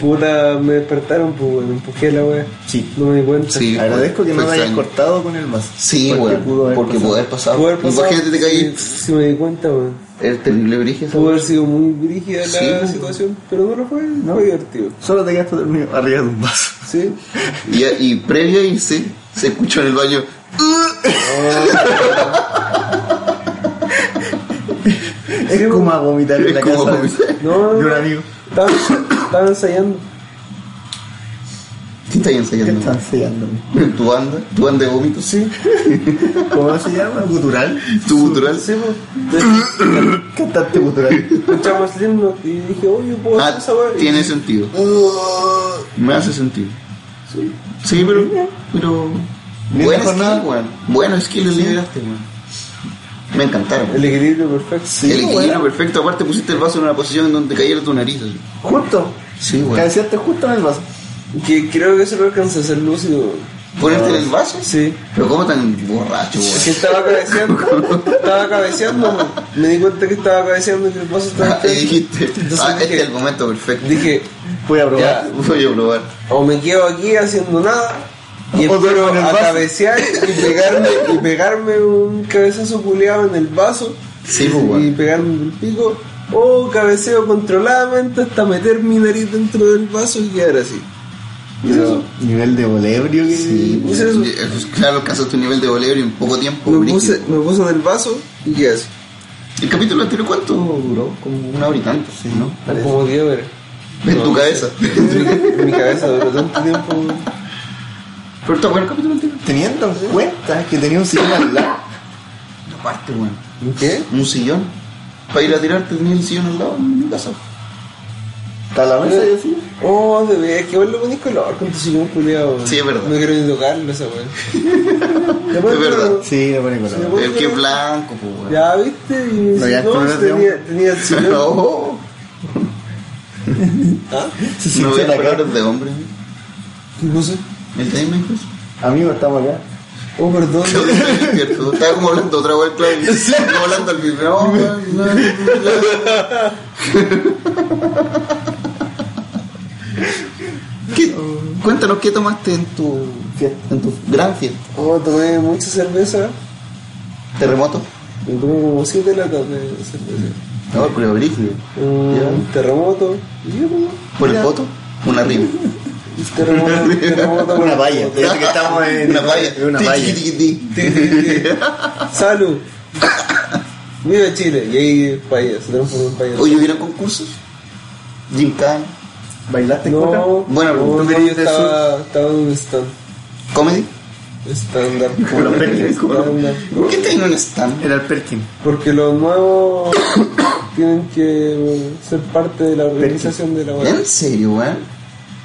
Speaker 3: Puta, me despertaron, pues, weón. Empujé la weá.
Speaker 5: Sí.
Speaker 3: No me di cuenta.
Speaker 1: Sí.
Speaker 5: Agradezco que no
Speaker 1: Fue
Speaker 5: me hayas
Speaker 1: extraño.
Speaker 5: cortado con el vaso.
Speaker 1: Sí,
Speaker 5: Porque
Speaker 1: weón.
Speaker 5: pudo haber
Speaker 1: porque
Speaker 5: pasado.
Speaker 1: pudo haber pasado.
Speaker 3: Pudo haber pasado.
Speaker 1: Ah, Imagínate te caí.
Speaker 3: Sí, sí me di cuenta, weón.
Speaker 1: Es terrible brígido. esa
Speaker 3: Pudo
Speaker 1: weá.
Speaker 3: haber sido muy brígida
Speaker 1: Sí,
Speaker 3: la
Speaker 1: weón.
Speaker 3: situación, pero no lo fue. No fue divertido.
Speaker 5: Solo te quedaste dormido arriba de un vaso.
Speaker 3: Sí.
Speaker 1: Y, y previo a irse, se escuchó en el baño.
Speaker 5: Es como a vomitar en
Speaker 1: Es
Speaker 5: la
Speaker 1: como
Speaker 5: casa
Speaker 1: vomitar.
Speaker 5: de-
Speaker 3: No,
Speaker 5: de un
Speaker 3: no.
Speaker 5: amigo.
Speaker 3: Estaba, estaba ensayando.
Speaker 1: ¿Qué estás
Speaker 5: ¿Qué
Speaker 1: ensayando?
Speaker 5: están sellando?
Speaker 1: ¿Tu banda? ¿Tu banda de vómitos?
Speaker 3: Sí.
Speaker 5: ¿Cómo se llama? ¿Gutural?
Speaker 1: ¿Tu gutural?
Speaker 3: Sí, pues. Entonces,
Speaker 5: Cantante gutural.
Speaker 3: Escuchamos el himno y dije, oye, puedo hacer
Speaker 1: Ah,
Speaker 3: esa weá. Y-
Speaker 1: tiene sentido. Me hace sentido. Sí, pero. pero
Speaker 5: Bien
Speaker 1: bueno, es
Speaker 5: jornada.
Speaker 1: que, weón. Bueno, es que lo liberaste, weón. Me encantaron.
Speaker 3: El equilibrio perfecto.
Speaker 5: Sí,
Speaker 1: el equilibrio
Speaker 5: weón.
Speaker 1: perfecto. Aparte, pusiste el vaso en una posición en donde cayera tu nariz. así.
Speaker 5: Justo.
Speaker 1: Sí, weón.
Speaker 5: Cabeceaste justo en el vaso.
Speaker 3: Que creo que eso lo alcanza a ser lúcido. weón.
Speaker 1: ¿Ponerte en el vaso?
Speaker 3: Ah, Sí.
Speaker 1: Pero, ¿cómo tan borracho,
Speaker 3: Es que
Speaker 1: weón?
Speaker 3: estaba cabeceando, estaba cabeceando, weón. me di cuenta que estaba cabeceando y que el vaso
Speaker 1: Ah,
Speaker 3: estaba
Speaker 1: y
Speaker 3: enfrente.
Speaker 1: dijiste,
Speaker 3: Entonces
Speaker 1: ah, este
Speaker 3: dije-
Speaker 1: es el momento perfecto.
Speaker 3: Dije, "Ah".
Speaker 5: Voy a probar.
Speaker 3: Ya.
Speaker 1: Voy a probar.
Speaker 3: o me quedo aquí haciendo nada y
Speaker 5: O
Speaker 3: espero
Speaker 5: duermo en el
Speaker 3: a
Speaker 5: vaso.
Speaker 3: cabecear y pegarme, y pegarme un cabezazo culeado en el vaso
Speaker 1: Sí, pues,
Speaker 3: y
Speaker 1: weón.
Speaker 3: pegarme en el pico o cabeceo controladamente hasta meter mi nariz dentro del vaso y quedar así. ¿Y
Speaker 5: Pero,
Speaker 3: eso?
Speaker 5: Nivel de volebrio que...
Speaker 3: Sí. ¿Y eso?
Speaker 1: Eh, pues, Claro, alcanzaste un nivel de voleibol en poco tiempo.
Speaker 3: Me
Speaker 1: brígido.
Speaker 3: puse, me puse en el vaso y quedé así.
Speaker 1: El capítulo anterior, ¿cuánto duró? Como una hora y tanto, sí, ¿no?
Speaker 3: Como 10 horas.
Speaker 1: En tu cabeza.
Speaker 3: En mi cabeza duró tanto tiempo.
Speaker 1: Pero está bueno el capítulo anterior.
Speaker 5: Teniendo en cuenta que tenía un sillón al lado.
Speaker 1: Aparte, weón.
Speaker 3: ¿Qué?
Speaker 1: Un sillón. Para ir a tirarte tenía un sillón al lado en mi casa.
Speaker 5: Está la mesa y así.
Speaker 3: Oh, bebé, es que vos lo ponés color con tu sillón culiado.
Speaker 1: Sí, es verdad.
Speaker 3: No quiero ni tocarlo esa weón. es
Speaker 1: verdad.
Speaker 5: Sí, me pone color.
Speaker 1: El que es blanco, pues, weón.
Speaker 3: Ya viste, y
Speaker 5: No,
Speaker 3: si
Speaker 5: ya es
Speaker 3: no,
Speaker 5: coloración.
Speaker 3: tenía, tenía el sillón.
Speaker 1: No,
Speaker 3: ¿Ah?
Speaker 5: Se
Speaker 1: no
Speaker 5: sintió
Speaker 1: veas
Speaker 5: la cara.
Speaker 1: palabras de hombre. weón.
Speaker 3: No sé.
Speaker 1: ¿El pues? tema, incluso?
Speaker 5: Amigo, estamos acá.
Speaker 3: Oh, perdón.
Speaker 1: Cierto. Estaba como hablando otra vez, claro. Estaba hablando al mismo. No, weón, no, no, no. ¿Qué? Cuéntanos qué tomaste en tu fiesta, en tu gran fiesta.
Speaker 3: Oh, tomé mucha cerveza.
Speaker 1: Terremoto.
Speaker 3: Me tomé como 7 latas de cerveza.
Speaker 1: No, pero brígido.
Speaker 3: Un terremoto. ¿Y yo como?
Speaker 1: ¿Por el
Speaker 3: Ya.
Speaker 1: poto? Una arriba.
Speaker 3: Un terremoto, un terremoto.
Speaker 5: Una valla. Parece que estamos en
Speaker 1: una valla.
Speaker 5: en una
Speaker 1: Tiqui,
Speaker 5: valla.
Speaker 1: tiqui, tiqui.
Speaker 3: Salud. Viva Chile. Y ahí payaso, se transformó en payaso.
Speaker 1: Oye, ¿hubieron concursos? Jim Khan.
Speaker 5: ¿Bailaste
Speaker 3: no,
Speaker 5: coca?
Speaker 1: Bueno,
Speaker 3: no,
Speaker 1: tú
Speaker 3: no,
Speaker 1: venís del
Speaker 3: estaba, estaba en un stand.
Speaker 1: ¿Comedy?
Speaker 3: Estándar.
Speaker 5: Como los Perkins, como los-
Speaker 3: Estándar.
Speaker 1: ¿Por qué tienen un stand?
Speaker 5: Era el Perkin.
Speaker 3: Porque los nuevos tienen que eh, ser parte de la organización de la web.
Speaker 1: ¿En serio, weón?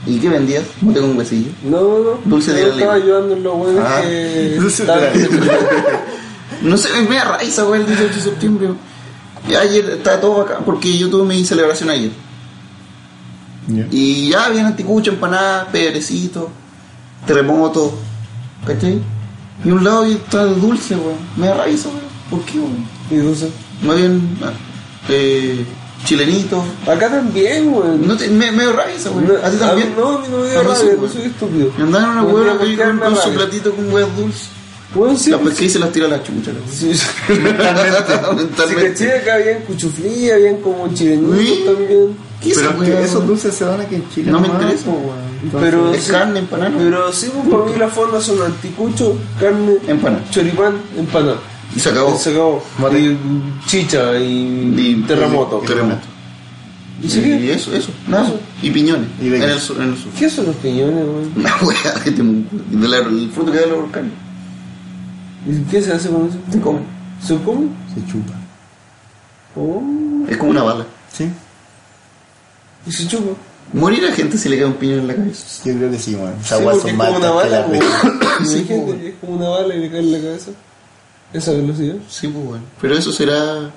Speaker 1: ¿Y qué vendías? No tengo un huesillo.
Speaker 3: No, no, no.
Speaker 1: Dulce de
Speaker 3: Yo
Speaker 1: la
Speaker 3: estaba
Speaker 1: ley.
Speaker 3: ayudando en los webs
Speaker 1: Ah.
Speaker 3: que.
Speaker 5: Dulce de la
Speaker 3: estaban-
Speaker 1: No sé, me da raíz, weón, el 18 de septiembre. Y ayer estaba todo acá, porque yo tuve mi celebración ayer.
Speaker 5: Ya.
Speaker 1: Y ya habían anticucho, empanadas, perecito, terremoto, ¿cachai? Y a un lado está dulce, weón. Me da raíz, weón. ¿Por qué, weón?
Speaker 3: Y dulce.
Speaker 1: No habían ah, eh, chilenitos.
Speaker 3: Acá también, güey.
Speaker 1: No te- me, me dio rabia, güey. ¿A ti también?
Speaker 3: mí no, a mí no me dio
Speaker 1: A mí sí,
Speaker 3: rabia, no
Speaker 1: güey.
Speaker 3: soy estúpido.
Speaker 1: Me andaban una
Speaker 3: Podría
Speaker 1: hueá que con,
Speaker 3: buscarme
Speaker 1: con su
Speaker 3: rabia.
Speaker 1: platito con huevas dulces.
Speaker 3: Bueno, sí,
Speaker 1: Las
Speaker 3: pues,
Speaker 1: pesqué y se las tira a la chucha. la
Speaker 3: sí, sí.
Speaker 1: wea.
Speaker 3: Sí, caché,
Speaker 1: Mentalmente.
Speaker 3: acá habían cuchuflí, habían como chilenitos
Speaker 1: Uy.
Speaker 3: también.
Speaker 1: ¿Qué es esa
Speaker 5: Pero es que
Speaker 1: wea,
Speaker 5: esos
Speaker 1: weón?
Speaker 5: dulces se dan aquí en Chile.
Speaker 1: No me
Speaker 5: nomás,
Speaker 1: interesa.
Speaker 5: po, weón. Entonces,
Speaker 3: Pero
Speaker 1: Es
Speaker 3: sí,
Speaker 1: carne, empanada.
Speaker 3: Pero sí, pues, para mí las fondas son anticucho, carne,
Speaker 1: Empanada.
Speaker 3: choripán, empanada.
Speaker 1: Y se acabó.
Speaker 3: Se acabó.
Speaker 5: Mate.
Speaker 3: Y chicha y,
Speaker 1: Y-
Speaker 3: terremoto.
Speaker 1: y Terremoto.
Speaker 3: ¿Y sí qué?
Speaker 1: Y eso, eso. Nada.
Speaker 3: Eso.
Speaker 1: Y piñones.
Speaker 5: Y de
Speaker 1: en
Speaker 5: qué?
Speaker 1: el sur. En el sur.
Speaker 3: ¿Qué son los piñones, güey?
Speaker 1: Una hueá que te de la- El fruto que da los volcanes.
Speaker 3: ¿Y qué se hace con eso?
Speaker 1: Se come.
Speaker 3: ¿Se come?
Speaker 5: Se chupa.
Speaker 3: Oh,
Speaker 1: Es como una bala.
Speaker 5: Sí.
Speaker 3: y se chupa.
Speaker 1: Morir a gente si le cae un piñón en la cabeza.
Speaker 5: Yo creo que sí, weón. Esa
Speaker 3: Sí,
Speaker 5: guas
Speaker 3: porque
Speaker 5: son
Speaker 3: es
Speaker 5: más
Speaker 3: como una
Speaker 5: altas
Speaker 3: bala,
Speaker 5: que la
Speaker 3: güey.
Speaker 5: cresta.
Speaker 3: Sí,
Speaker 5: Sí,
Speaker 3: gente,
Speaker 5: po,
Speaker 3: es como una bala y le cae en la cabeza. Esa velocidad.
Speaker 1: Sí, pues bueno. Pero eso será.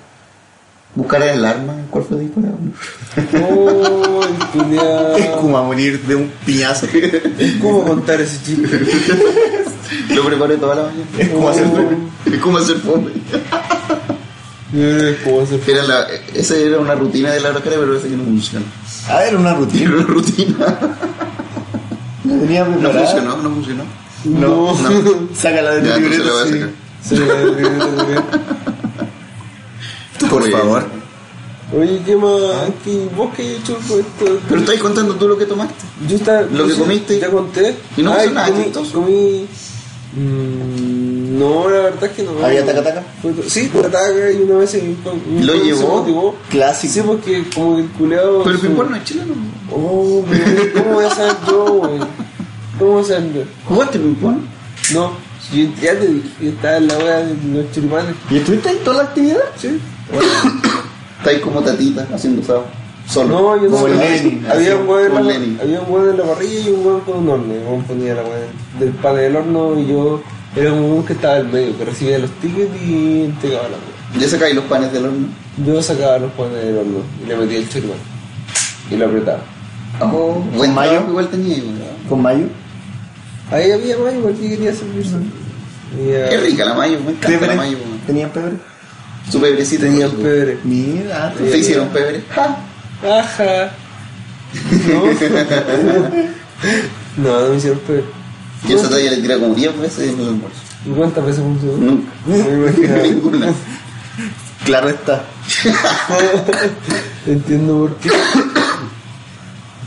Speaker 1: Buscar el arma, cuál fue disparado. ¿no?
Speaker 3: Oh, el culiao.
Speaker 5: Es como a morir de un piñazo.
Speaker 3: ¿Cómo contar ese chiste?
Speaker 1: Lo preparé toda la mañana.
Speaker 5: Es como hacer
Speaker 3: Oh.
Speaker 5: fome.
Speaker 1: Es como hacer fome.
Speaker 3: Eh, ¿Cómo se
Speaker 1: Era la, esa era una rutina de la cara, pero parece que no funciona.
Speaker 5: Ah, era una
Speaker 1: Tiene
Speaker 5: rutina.
Speaker 1: una rutina.
Speaker 5: No tenía
Speaker 1: No
Speaker 5: preparada.
Speaker 1: funcionó, no funcionó.
Speaker 5: No,
Speaker 1: No.
Speaker 5: Sácala de tu
Speaker 1: Ya, no se la voy
Speaker 5: libreto.
Speaker 1: a
Speaker 5: sí.
Speaker 1: sacar.
Speaker 3: Se me olvidó también.
Speaker 1: Oye,
Speaker 5: Por favor.
Speaker 3: Oye, ¿qué
Speaker 1: Ah.
Speaker 3: más? ¿Qué, ¿Vos qué has hecho con esto?
Speaker 1: Pero estáis contando tú lo que tomaste.
Speaker 3: Yo estaba,
Speaker 1: Lo que
Speaker 3: yo
Speaker 1: comiste.
Speaker 3: Ya conté.
Speaker 1: Y no
Speaker 3: Ay,
Speaker 1: pasó nada,
Speaker 3: comí-
Speaker 1: chistoso.
Speaker 3: comí- mm, no, la verdad es que no.
Speaker 5: ¿Había taca-taca?
Speaker 3: Fue to- Sí, taca-taca y una vez se
Speaker 1: ¿Lo llevó?
Speaker 5: Clásico.
Speaker 3: Sí, porque como el culeado.
Speaker 1: Pero el
Speaker 3: su-
Speaker 1: pinball no es chileno.
Speaker 3: Oh, pero ¿cómo voy a saber yo, güey? ¿Cómo voy a saber yo?
Speaker 1: ¿Jugaste ping-pong?
Speaker 3: No, yo ya te dije, yo estaba en la hora de los churipanes.
Speaker 5: ¿Y estuviste en toda la actividad?
Speaker 3: Sí.
Speaker 1: Estáis como tatita haciendo asado. Solo.
Speaker 3: No, yo no
Speaker 5: Como
Speaker 3: sabía.
Speaker 5: Lenin,
Speaker 3: había,
Speaker 1: así,
Speaker 3: un hueón en
Speaker 1: como
Speaker 3: la-
Speaker 1: Lenin.
Speaker 3: había un hueón en la parrilla y un hueón con un horno. Y El hueón ponía la hueá del pan del horno y yo era como un que estaba al medio, que recibía los tickets y entregaba la hueá.
Speaker 1: Ya sacáis los panes del horno.
Speaker 3: Yo sacaba los panes del horno y le metía el churipán y lo apretaba.
Speaker 1: Oh, buen
Speaker 5: mayo?
Speaker 1: mayo. Igual tenía. weón.
Speaker 5: Con Mayo.
Speaker 3: Ahí había más igual que quería servirse. Y, ah,
Speaker 1: Qué rica la mayo. Me encanta la mayo. weón.
Speaker 5: ¿Tenían pebre?
Speaker 1: Su pebrecita.
Speaker 3: Tenían
Speaker 1: weón.
Speaker 3: pebre.
Speaker 5: Mira,
Speaker 1: ¿Te hicieron pebre?
Speaker 3: Ajá. No, no me hicieron pebre.
Speaker 1: Yo esa talla le tiré como 10 veces en el almuerzo.
Speaker 3: ¿Y cuántas veces funcionó?
Speaker 1: Nunca.
Speaker 3: No me imaginaba.
Speaker 1: Ninguna.
Speaker 5: claro está.
Speaker 3: Entiendo por qué.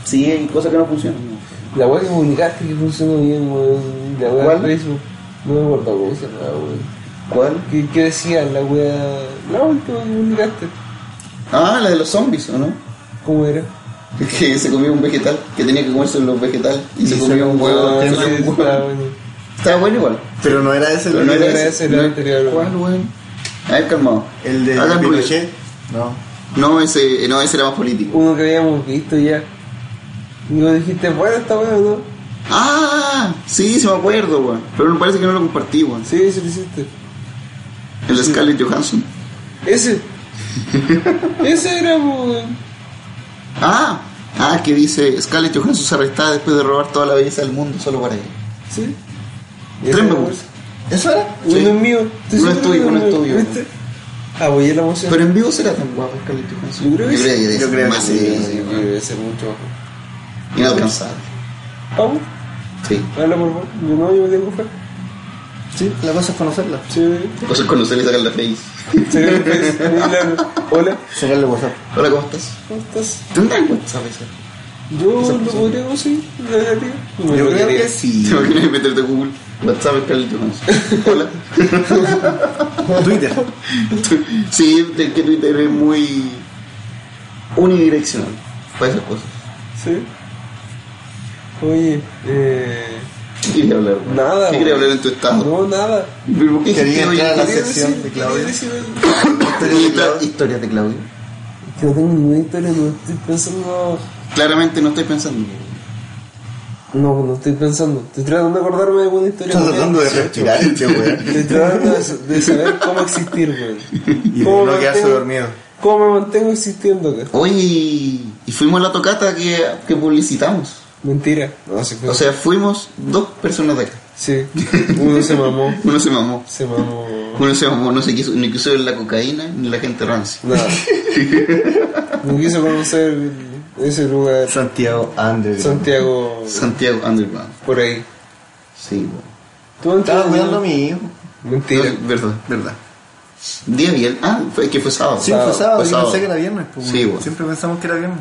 Speaker 1: Sí, hay cosas que no funcionan. ¿no?
Speaker 3: La wea que publicaste que funcionó bien, weón. La wea
Speaker 1: ¿Cuál?
Speaker 3: de Facebook. No me acuerdo cómo se llamaba, weón.
Speaker 1: ¿Cuál?
Speaker 3: ¿Qué, qué decía la wea? La última que publicaste.
Speaker 1: Ah, la de los zombies, ¿o no?
Speaker 3: ¿Cómo era?
Speaker 1: Que se comió un vegetal, que tenía que comerse los vegetales y, se
Speaker 5: se
Speaker 1: comió
Speaker 5: lo
Speaker 1: un huevo.
Speaker 3: Ah,
Speaker 1: se
Speaker 3: sí,
Speaker 1: comió un
Speaker 3: estaba
Speaker 1: huevo.
Speaker 3: bueno.
Speaker 1: Estaba bueno igual.
Speaker 5: Pero no era ese
Speaker 1: Pero no
Speaker 5: el,
Speaker 1: era
Speaker 3: era
Speaker 1: ese,
Speaker 3: ese, era
Speaker 1: no-
Speaker 3: el anterior, weón.
Speaker 1: ¿Cuál, weón? A ver, calmado.
Speaker 5: el de
Speaker 1: Hagan ruido.
Speaker 5: Pinochet. No.
Speaker 1: No ese, no, ese era más político.
Speaker 3: Uno que habíamos visto ya. Y vos dijiste, bueno, esta wea, ¿no?
Speaker 1: Ah, sí, se me acuerdo, weón. Pero me parece que no lo compartí, weón.
Speaker 3: Sí, sí lo hiciste.
Speaker 1: El de Scarlett Johansson.
Speaker 3: Ese. Ese era, weón.
Speaker 1: Ah, ah, que dice Scarlett Johansson se arrestada después de robar toda la belleza del mundo solo para ella.
Speaker 3: Sí.
Speaker 1: Tres me
Speaker 3: Uno
Speaker 1: gusta. ¿Eso era? Sí.
Speaker 3: es mío. Estoy
Speaker 1: Uno es
Speaker 3: seguro
Speaker 1: tuyo,
Speaker 3: que
Speaker 1: uno es
Speaker 3: mío,
Speaker 1: tuyo.
Speaker 3: ¿Viste? Apoyé la emoción.
Speaker 1: Pero en vivo será tan guapo Scarlett Johansson.
Speaker 3: Yo creo que sí.
Speaker 1: debe
Speaker 5: Yo
Speaker 1: ser
Speaker 5: creo que
Speaker 1: más
Speaker 5: sí,
Speaker 1: de-
Speaker 5: sí,
Speaker 1: weón.
Speaker 3: Debe ser mucho bajo.
Speaker 1: Inalcanzable.
Speaker 3: Vamos,
Speaker 1: Sí.
Speaker 3: habla por favor. Yo no, yo me tengo fe.
Speaker 5: Sí, la cosa es conocerla.
Speaker 3: Sí,
Speaker 1: O sea, conocerle y sacarle la face.
Speaker 3: sí, pues, muy largo. Hola,
Speaker 5: Sacarle WhatsApp.
Speaker 1: Hola, ¿cómo estás?
Speaker 3: ¿cómo estás?
Speaker 1: ¿Tendrán WhatsApp ese?
Speaker 3: Yo lo podría conseguir, la verdad, tío. No
Speaker 5: Yo
Speaker 3: lo
Speaker 5: creo
Speaker 3: quería.
Speaker 5: que sí.
Speaker 1: ¿Te imaginas meterte a Google? WhatsApp Scarlett Johansson. Hola.
Speaker 5: Twitter.
Speaker 1: Sí, de que Twitter es muy unidireccional para esas cosas.
Speaker 3: pues, Sí. Oye, eh.
Speaker 1: ¿Qué quería hablar? güey?
Speaker 3: Nada.
Speaker 1: ¿Qué quería hablar en tu estado?
Speaker 3: No, nada.
Speaker 1: Pero, ¿por qué
Speaker 5: Quería
Speaker 1: dijiste,
Speaker 5: entrar a la
Speaker 1: oye,
Speaker 3: Quería
Speaker 5: sección
Speaker 3: decir-
Speaker 5: de Claudia.
Speaker 3: quería decir algo.
Speaker 1: quería hablar de Historias de Claudio.
Speaker 3: Que no tengo ninguna historia, no estoy pensando.
Speaker 1: Claramente no estoy pensando.
Speaker 3: No, no estoy pensando. Estoy tratando de acordarme de alguna historia.
Speaker 5: Estás tratando de
Speaker 3: Sí.
Speaker 5: respirar este weón.
Speaker 3: Estoy tratando de, de saber cómo existir, weón.
Speaker 5: Y de
Speaker 3: ¿Cómo
Speaker 5: no
Speaker 3: me
Speaker 5: quedarse
Speaker 3: mantengo-
Speaker 5: dormido.
Speaker 3: ¿Cómo me mantengo existiendo acá?
Speaker 1: Oye, y fuimos a la tocata que, que publicitamos.
Speaker 3: Mentira. No, sí, fue-
Speaker 1: O sea, fuimos dos personas de acá.
Speaker 3: sí. Uno se mamó.
Speaker 1: Uno se mamó.
Speaker 3: Se mamó.
Speaker 1: Uno se mamó, no se quiso, ni quiso ver la cocaína ni la gente rancia.
Speaker 3: Nada. No quiso conocer ese lugar.
Speaker 5: Santiago Andrés.
Speaker 3: Santiago.
Speaker 1: Santiago Underground.
Speaker 3: Por ahí.
Speaker 1: Sí, güey.
Speaker 3: ¿Tú
Speaker 5: Estaba
Speaker 3: entraste?
Speaker 5: cuidando a mi hijo.
Speaker 3: Mentira.
Speaker 1: No, verdad, verdad. Día bien. Ah, fue, que fue sábado.
Speaker 5: Sí,
Speaker 4: pues,
Speaker 5: fue sábado.
Speaker 1: Fue
Speaker 5: Yo
Speaker 1: sábado.
Speaker 5: pensé que era viernes. pues,
Speaker 1: Sí, weón.
Speaker 5: Siempre pensamos que era viernes.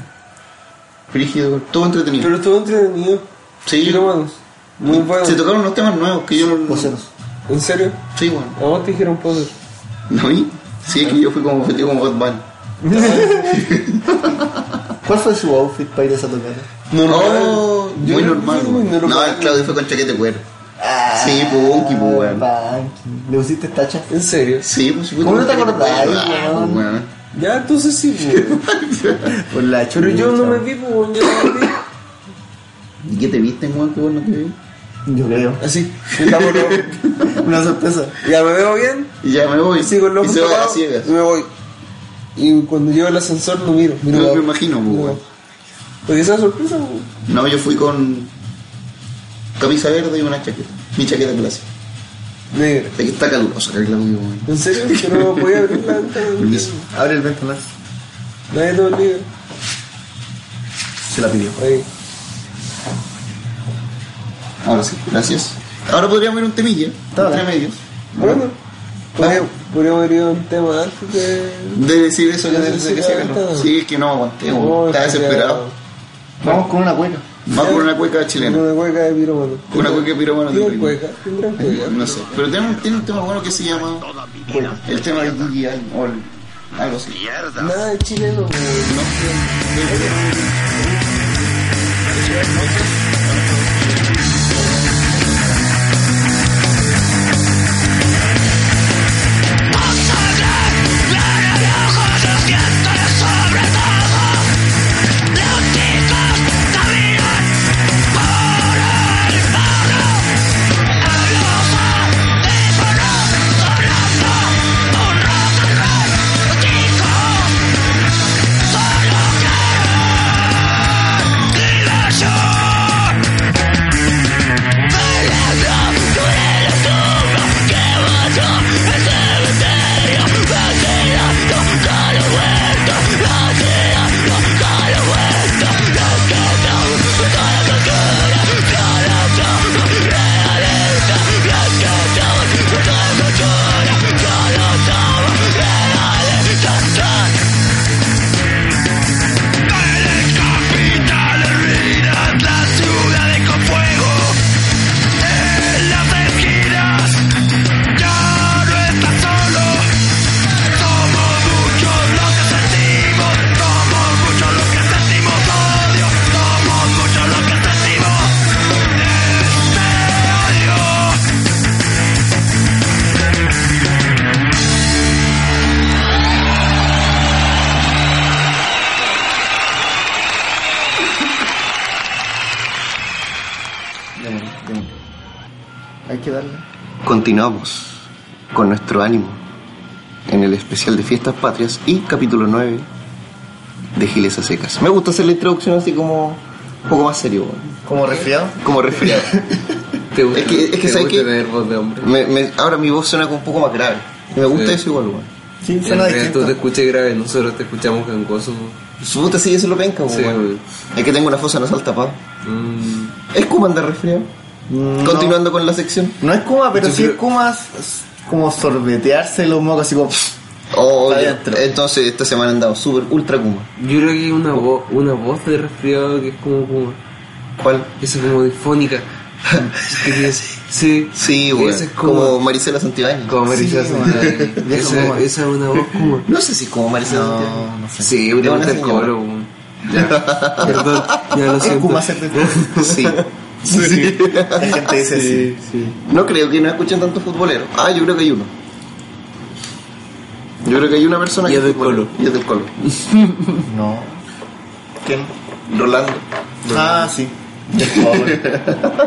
Speaker 1: Frígido, todo entretenido.
Speaker 3: Pero estuvo entretenido.
Speaker 1: Sí.
Speaker 3: Piromanos. Muy bueno.
Speaker 1: Se tocaron unos temas nuevos que yo no.
Speaker 5: Voceros.
Speaker 3: ¿En serio?
Speaker 1: Sí, bueno.
Speaker 3: ¿A vos te dijeron poser?
Speaker 1: ¿No vi? Sí, es que yo fui como vestido como Bad Bunny.
Speaker 5: ¿Cuál fue su outfit para ir a esa tocata?
Speaker 1: Oh,
Speaker 3: Yo
Speaker 1: muy
Speaker 3: creo que
Speaker 1: normal,
Speaker 3: fue
Speaker 1: güey.
Speaker 3: muy
Speaker 1: No,
Speaker 3: normal.
Speaker 1: el Claudio fue con chaquete cuero.
Speaker 5: Ah,
Speaker 1: Sí, punky, pues, weón.
Speaker 5: punky. ¿Le pusiste tacha?
Speaker 3: ¿En serio?
Speaker 1: Sí, pues sí, fue
Speaker 5: ¿Cómo
Speaker 1: con
Speaker 5: no te
Speaker 1: chaqueta
Speaker 5: acordás,
Speaker 1: cuero. Ah, pues,
Speaker 5: weón?
Speaker 1: weón.
Speaker 3: Ya, entonces sí, güey.
Speaker 5: Por la
Speaker 3: Pero yo no
Speaker 5: chucha.
Speaker 3: me vi, pues, weón, yo no me vi.
Speaker 1: ¿Y qué te viste, weón? Que vos no te vi.
Speaker 5: Yo creo.
Speaker 3: Así, estamos luego.
Speaker 5: Una sorpresa.
Speaker 3: Ya me veo bien,
Speaker 1: Y ya me voy.
Speaker 3: y sigo el
Speaker 1: y
Speaker 3: ojo
Speaker 1: se va a
Speaker 3: tapado,
Speaker 1: ciegas.
Speaker 3: y me voy. Y cuando llego al ascensor no miro. miro
Speaker 1: No
Speaker 3: la-
Speaker 1: me imagino, pues,
Speaker 3: No.
Speaker 1: weón.
Speaker 3: Porque esa sorpresa, weón.
Speaker 1: No, yo fui con camisa verde y una chaqueta. Mi chaqueta clásica.
Speaker 3: Negra.
Speaker 1: Aquí está caluroso acá, claro, amigo.
Speaker 3: ¿En serio? ¿Que no podía abrir la ventana?
Speaker 1: Permiso. Abre el ventanal.
Speaker 3: Nadie te obliga.
Speaker 1: Se la pidió.
Speaker 3: Ahí.
Speaker 1: Ahora sí, gracias. Ahora podríamos ir a un temilla. Entre medios.
Speaker 3: Bueno, podría- podríamos haber ido a un tema antes de.
Speaker 1: De decir eso que,
Speaker 3: Sí,
Speaker 1: de-
Speaker 3: sí,
Speaker 1: que
Speaker 3: sí,
Speaker 1: sea calor.
Speaker 3: está.
Speaker 1: Sí, es que no aguanté,
Speaker 3: Oh,
Speaker 1: weón. Estaba
Speaker 3: ya.
Speaker 1: desesperado.
Speaker 4: Vamos con una cueca.
Speaker 1: Va por una cueca chilena.
Speaker 3: Una cueca de piromano.
Speaker 1: Una cueca de piromano de
Speaker 3: Tienen
Speaker 1: piromano.
Speaker 3: cueca, tendrán cueca.
Speaker 1: Eh, No sé. Pero tiene, tiene un tema bueno que se llama. El tema de Gigi Allen, o el- algo así.
Speaker 3: Nada de chileno, güey.
Speaker 4: Hay que darle.
Speaker 1: Continuamos con nuestro ánimo en el especial de Fiestas Patrias y capítulo 9 de Giles a Secas. Me gusta hacer la introducción así como un poco más serio, weón.
Speaker 4: ¿Como resfriado?
Speaker 1: como resfriado.
Speaker 3: Te gusta,
Speaker 1: Es que- es que
Speaker 3: te
Speaker 1: ¿sabes
Speaker 3: gusta
Speaker 1: qué?
Speaker 3: tener voz de hombre.
Speaker 1: Me- me- ahora mi voz suena como un poco más grave. Y me gusta
Speaker 3: Sí.
Speaker 1: eso igual, weón.
Speaker 4: Sí,
Speaker 3: En
Speaker 4: suena
Speaker 3: realidad tú te
Speaker 4: distinto.
Speaker 3: escuchas grave, nosotros te escuchamos gangoso.
Speaker 1: Su Pues, puta sí, eso lo penca,
Speaker 3: Sí,
Speaker 1: weón.
Speaker 3: weón.
Speaker 1: Es que tengo una fosa nasal tapada.
Speaker 3: Mm,
Speaker 1: Es como andar resfriado. Continuando con la sección.
Speaker 4: No es coma, pero
Speaker 3: Yo
Speaker 4: sí es
Speaker 3: creo-
Speaker 4: coma s- s- como sorbetearse los mocos así como.
Speaker 1: Oh,
Speaker 4: Para
Speaker 1: ya.
Speaker 4: adentro.
Speaker 1: entonces esta semana han dado super ultra kuma.
Speaker 3: Yo creo que hay una, voz una voz de resfriado que es como, como
Speaker 1: ¿Cuál?
Speaker 3: esa como difónica. Que es- sí,
Speaker 1: Sí,
Speaker 3: güey.
Speaker 1: weón.
Speaker 3: Esa es
Speaker 1: como...
Speaker 3: como,
Speaker 1: Marisela Santibáñez.
Speaker 3: como Maricela
Speaker 4: Sí,
Speaker 3: Santana.
Speaker 4: güey. Vieja
Speaker 3: Esa,
Speaker 4: mamá.
Speaker 3: esa es una voz como.
Speaker 1: No sé si es como Marisela Santibáñez.
Speaker 4: No, no sé.
Speaker 3: Sí,
Speaker 1: De
Speaker 3: te
Speaker 1: una
Speaker 3: gusta el
Speaker 1: señora.
Speaker 3: coro, güey. Ya, perdón, ya lo
Speaker 4: Es
Speaker 3: siento.
Speaker 4: coma hacer de todo.
Speaker 1: Sí. Sí.
Speaker 4: La gente dice así.
Speaker 1: No creo que no escuchen tanto futbolero. Ah, yo creo que hay uno. Yo creo que hay una persona
Speaker 3: Y
Speaker 1: que
Speaker 3: es del
Speaker 1: futbolero.
Speaker 3: Colo.
Speaker 1: Y es del colo.
Speaker 4: No. ¿Quién?
Speaker 1: Rolando.
Speaker 4: Ah, sí. Del favor.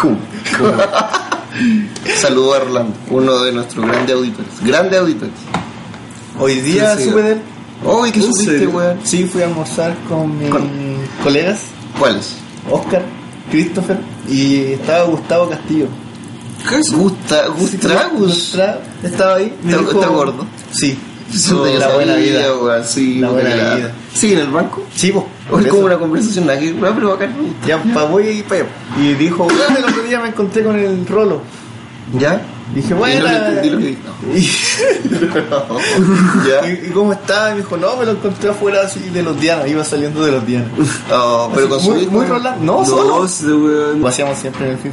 Speaker 1: Cum. Saludo a Rolando, uno de nuestros grandes auditores. Grandes auditores.
Speaker 4: Hoy día
Speaker 3: Sí, sí.
Speaker 4: supe de él.
Speaker 1: Uy, ¿qué
Speaker 3: ¿En
Speaker 1: supiste,
Speaker 3: serio?
Speaker 1: weón?
Speaker 4: Sí, fui a almorzar con mis
Speaker 1: Con-
Speaker 4: colegas,
Speaker 1: ¿Cuáles?
Speaker 4: Oscar, Christopher, y estaba Gustavo Castillo.
Speaker 1: Gusta, Gustragus.
Speaker 4: Tra- Estaba ahí. me
Speaker 1: ¿Está-
Speaker 4: dijo-
Speaker 1: está gordo?
Speaker 4: Sí.
Speaker 1: Eso
Speaker 4: la
Speaker 1: de la
Speaker 4: buena vida.
Speaker 1: weón, sí,
Speaker 4: La buena
Speaker 1: claro.
Speaker 4: vida.
Speaker 1: Sí, en el banco.
Speaker 4: Sí, po, por
Speaker 1: Hoy
Speaker 4: eso.
Speaker 1: como una conversación, nada que- weón, pero bacán, me gusta.
Speaker 4: Ya, pa, voy y pa' allá. Y dijo, "Weón, el otro día me encontré con el Rolo.
Speaker 1: ¿Ya?
Speaker 4: Dije, bueno.
Speaker 1: Di lo que- di lo que-
Speaker 4: ¿Y,
Speaker 1: ¿Ya?
Speaker 4: y cómo estaba? Y me dijo, no, me lo encontré afuera así de los Dianas, iba saliendo de los Dianas.
Speaker 1: Oh, pero con su
Speaker 4: muy,
Speaker 1: hijo,
Speaker 4: muy
Speaker 1: ¿no?
Speaker 4: Roland, no, solo.
Speaker 3: Dos, weón.
Speaker 4: Lo hacíamos siempre en el fin.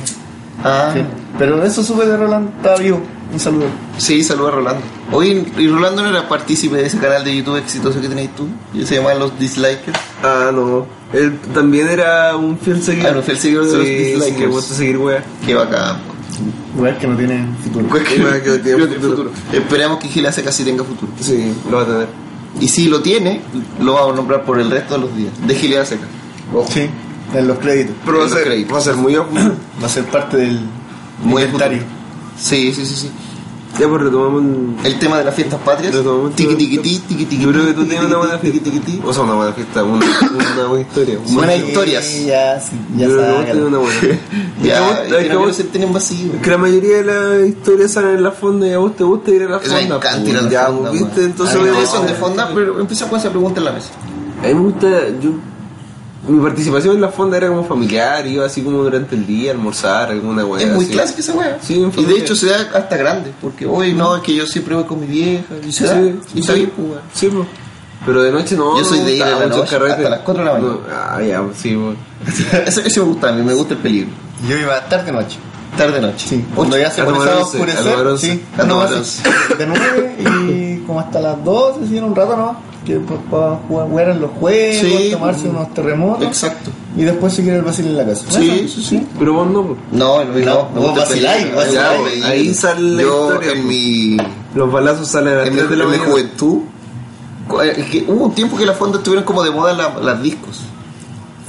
Speaker 1: Ah,
Speaker 4: Sí. Pero eso supe de Roland, estaba vivo. Un saludo.
Speaker 1: sí, saludo a Rolando. Oye, ¿y Rolando no era partícipe de ese canal de YouTube exitoso que tenéis tú? Que se llama Los Dislikers.
Speaker 3: Ah, no. Él también era un fiel seguidor.
Speaker 1: Ah, no, fiel seguidor de
Speaker 3: Sí,
Speaker 1: los
Speaker 3: sí,
Speaker 1: dislikers.
Speaker 3: que gusta seguir, weón.
Speaker 1: Qué bacán.
Speaker 4: Weón que no tienen futuro.
Speaker 1: Pues que-
Speaker 3: Bueno, que no tiene
Speaker 1: no tiene
Speaker 3: futuro.
Speaker 1: Esperamos que Gil hace casi tenga futuro.
Speaker 3: Sí, lo va a tener.
Speaker 1: Y si lo tiene, lo vamos a nombrar por el resto de los días. De Gil Seca.
Speaker 4: Sí, en los créditos.
Speaker 3: Pero va a
Speaker 1: Los
Speaker 3: ser,
Speaker 1: créditos.
Speaker 3: va a ser muy
Speaker 4: Va a ser parte del
Speaker 1: Muy
Speaker 4: inventario.
Speaker 1: futuro. Sí, sí, sí, sí.
Speaker 3: Ya, pues retomamos el...
Speaker 1: El tema de las fiestas patrias.
Speaker 3: Retomamos
Speaker 1: Tiki
Speaker 3: todo
Speaker 1: tiki
Speaker 3: esto.
Speaker 1: ti, tiki tiki
Speaker 3: Yo creo
Speaker 1: ti,
Speaker 3: que tú
Speaker 1: tiki,
Speaker 3: tienes una
Speaker 1: tiki,
Speaker 3: buena fiesta. O sea, una buena fiesta, una, una buena historia.
Speaker 1: Sí. Buenas historias.
Speaker 5: Ya, ya
Speaker 3: Yo creo que vos
Speaker 5: sácalo.
Speaker 3: tenés una buena.
Speaker 1: ti. Ya,
Speaker 3: Es que vos-
Speaker 1: yo
Speaker 3: es que
Speaker 1: no quiero
Speaker 3: vos-
Speaker 1: sentir en vacío.
Speaker 3: Que la mayoría de las historias salen en la fonda y a vos te gusta ir a la
Speaker 1: Eso me
Speaker 3: fonda.
Speaker 1: encanta
Speaker 3: pues,
Speaker 1: ir a la
Speaker 3: ya,
Speaker 1: fonda,
Speaker 3: pues, ¿viste?
Speaker 1: weón.
Speaker 3: Entonces,
Speaker 1: A mí
Speaker 3: weón,
Speaker 1: ustedes son de fonda, pero empezó con esa pregunta en la mesa.
Speaker 3: A mí me gusta, yo, mi participación en la fonda era como familiar, iba así como durante el día a almorzar, alguna weá.
Speaker 1: Es muy
Speaker 3: así.
Speaker 1: clásica esa weá.
Speaker 3: Sí, en
Speaker 1: y de
Speaker 3: familia.
Speaker 1: hecho se da hasta grande, porque hoy no, es que yo siempre voy con mi vieja, y se
Speaker 3: Sí,
Speaker 1: da,
Speaker 3: sí,
Speaker 1: y está
Speaker 3: sí.
Speaker 1: bien, pues, weón.
Speaker 3: Sí, pues. Pero de noche no.
Speaker 1: Yo soy de ir a
Speaker 3: ir
Speaker 1: la noche hasta las cuatro de la mañana.
Speaker 3: ah, ya, pues, sí, pues.
Speaker 1: Eso, eso me gusta a mí, me gusta el peligro.
Speaker 4: Yo iba tarde noche.
Speaker 1: Tarde noche.
Speaker 4: Sí. Cuando ya se
Speaker 3: a
Speaker 4: comenzaba a
Speaker 3: las once, a
Speaker 4: oscurecer,
Speaker 3: las
Speaker 4: sí,
Speaker 3: once,
Speaker 1: a las
Speaker 4: andaba así. De nueve y como hasta las 12, sí, en un rato no. Que pues, para jugar, jugar en los juegos,
Speaker 1: Sí.
Speaker 4: tomarse unos terremotos.
Speaker 1: Exacto.
Speaker 4: Y después seguir el vacil en la casa.
Speaker 1: Sí,
Speaker 4: Bueno,
Speaker 1: sí, sí.
Speaker 3: Pero vos no, pues.
Speaker 1: No, no, no,
Speaker 4: No,
Speaker 1: me
Speaker 4: vos
Speaker 1: gusta el
Speaker 4: vaciláis,
Speaker 1: peligro.
Speaker 4: vaciláis.
Speaker 1: Yo, me-
Speaker 3: Ahí sale la
Speaker 1: yo
Speaker 3: historia,
Speaker 1: en
Speaker 3: pues.
Speaker 1: mi,
Speaker 3: Los balazos salen a las
Speaker 1: en mi,
Speaker 3: 3 de la
Speaker 1: en mi
Speaker 3: mañana.
Speaker 1: juventud, cu- eh, que hubo un tiempo que las fondas estuvieron como de moda la- las discos.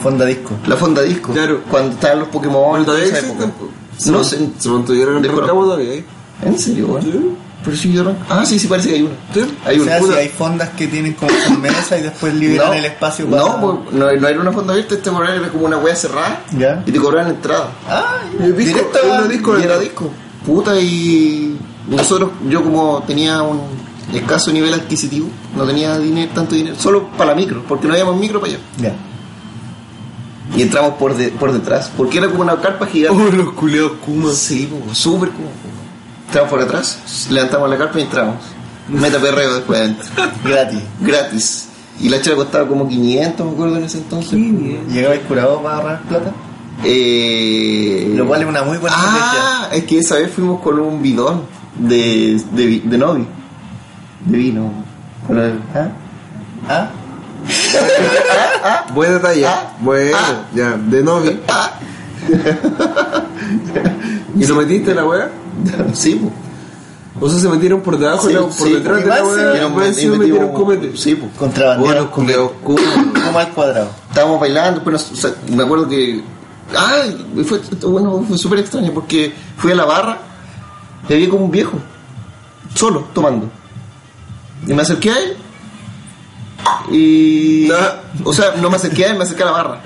Speaker 4: Fonda disco.
Speaker 1: La fonda disco.
Speaker 3: Claro.
Speaker 1: Cuando estaban los Pokémon.
Speaker 3: Cuando
Speaker 1: toda esa
Speaker 3: existen,
Speaker 1: época.
Speaker 3: pues.
Speaker 1: No
Speaker 3: Se
Speaker 1: sé.
Speaker 3: mant- Se mantuvieron en
Speaker 1: Desconozco.
Speaker 3: Rancagua todavía, ¿eh?
Speaker 1: ¿En serio, weón?
Speaker 3: Sí.
Speaker 1: Pero si yo no. Ah, sí, sí, parece que hay una.
Speaker 3: Sí.
Speaker 1: Hay
Speaker 4: o
Speaker 1: una.
Speaker 4: sea,
Speaker 1: Una-
Speaker 4: si hay fondas que tienen como sus mesas y después liberan el espacio para...
Speaker 1: No, pues, no, no era una fonda abierta, este weón era como una wea cerrada.
Speaker 4: Ya.
Speaker 1: Y te cobraban la entrada.
Speaker 4: Ah,
Speaker 3: Y el disco,
Speaker 4: directo
Speaker 3: era
Speaker 4: a-
Speaker 3: un disco,
Speaker 1: y era
Speaker 3: ¿no?
Speaker 1: disco. Puta, y nosotros, yo como tenía un escaso nivel adquisitivo, no tenía dinero, tanto dinero, solo para la micro, porque no habíamos micro para allá.
Speaker 4: Ya.
Speaker 1: Y entramos por, de- por detrás, porque era como una carpa gigante.
Speaker 3: Oh, los culeados Kuma.
Speaker 1: Sí, po, súper como. Entramos por atrás, levantamos la carpa y entramos. Meta perreo después adentro,
Speaker 4: Gratis.
Speaker 1: gratis. Y la chela costaba como 500, me acuerdo en ese entonces.
Speaker 4: Llegaba el curado para ahorrar plata.
Speaker 1: Eh,
Speaker 4: Lo cual es una muy buena
Speaker 1: Ah, es que esa vez fuimos con un bidón de, de, vi- de novi. De vino. Con el- ¿ah?
Speaker 4: estrategia. ¿Ah?
Speaker 3: Buen detalle.
Speaker 1: Ah.
Speaker 3: bueno,
Speaker 1: Ah.
Speaker 3: ya, de novio. ¿Y lo metiste la weá?
Speaker 1: sí, pues. po.
Speaker 3: O sea, se metieron por debajo,
Speaker 1: Sí,
Speaker 3: la- por
Speaker 1: sí,
Speaker 3: detrás de
Speaker 4: y
Speaker 3: la
Speaker 4: más
Speaker 3: weá.
Speaker 4: encima-
Speaker 3: y
Speaker 1: nos
Speaker 3: más
Speaker 1: met-
Speaker 3: encima
Speaker 1: y
Speaker 3: metieron
Speaker 1: metimos-
Speaker 3: cumete.
Speaker 1: Sí, pues. po.
Speaker 3: Oh,
Speaker 4: Contrabandero.
Speaker 3: los culeados Kuma.
Speaker 4: como al cuadrado.
Speaker 1: Estábamos bailando, pero nos- o sea, me acuerdo que. Ay, fue, bueno, fue súper extraño porque fui a la barra y había como un viejo, solo, tomando. Y me acerqué a él y.
Speaker 3: Ah.
Speaker 1: O sea, no me acerqué a él, me acerqué a la barra.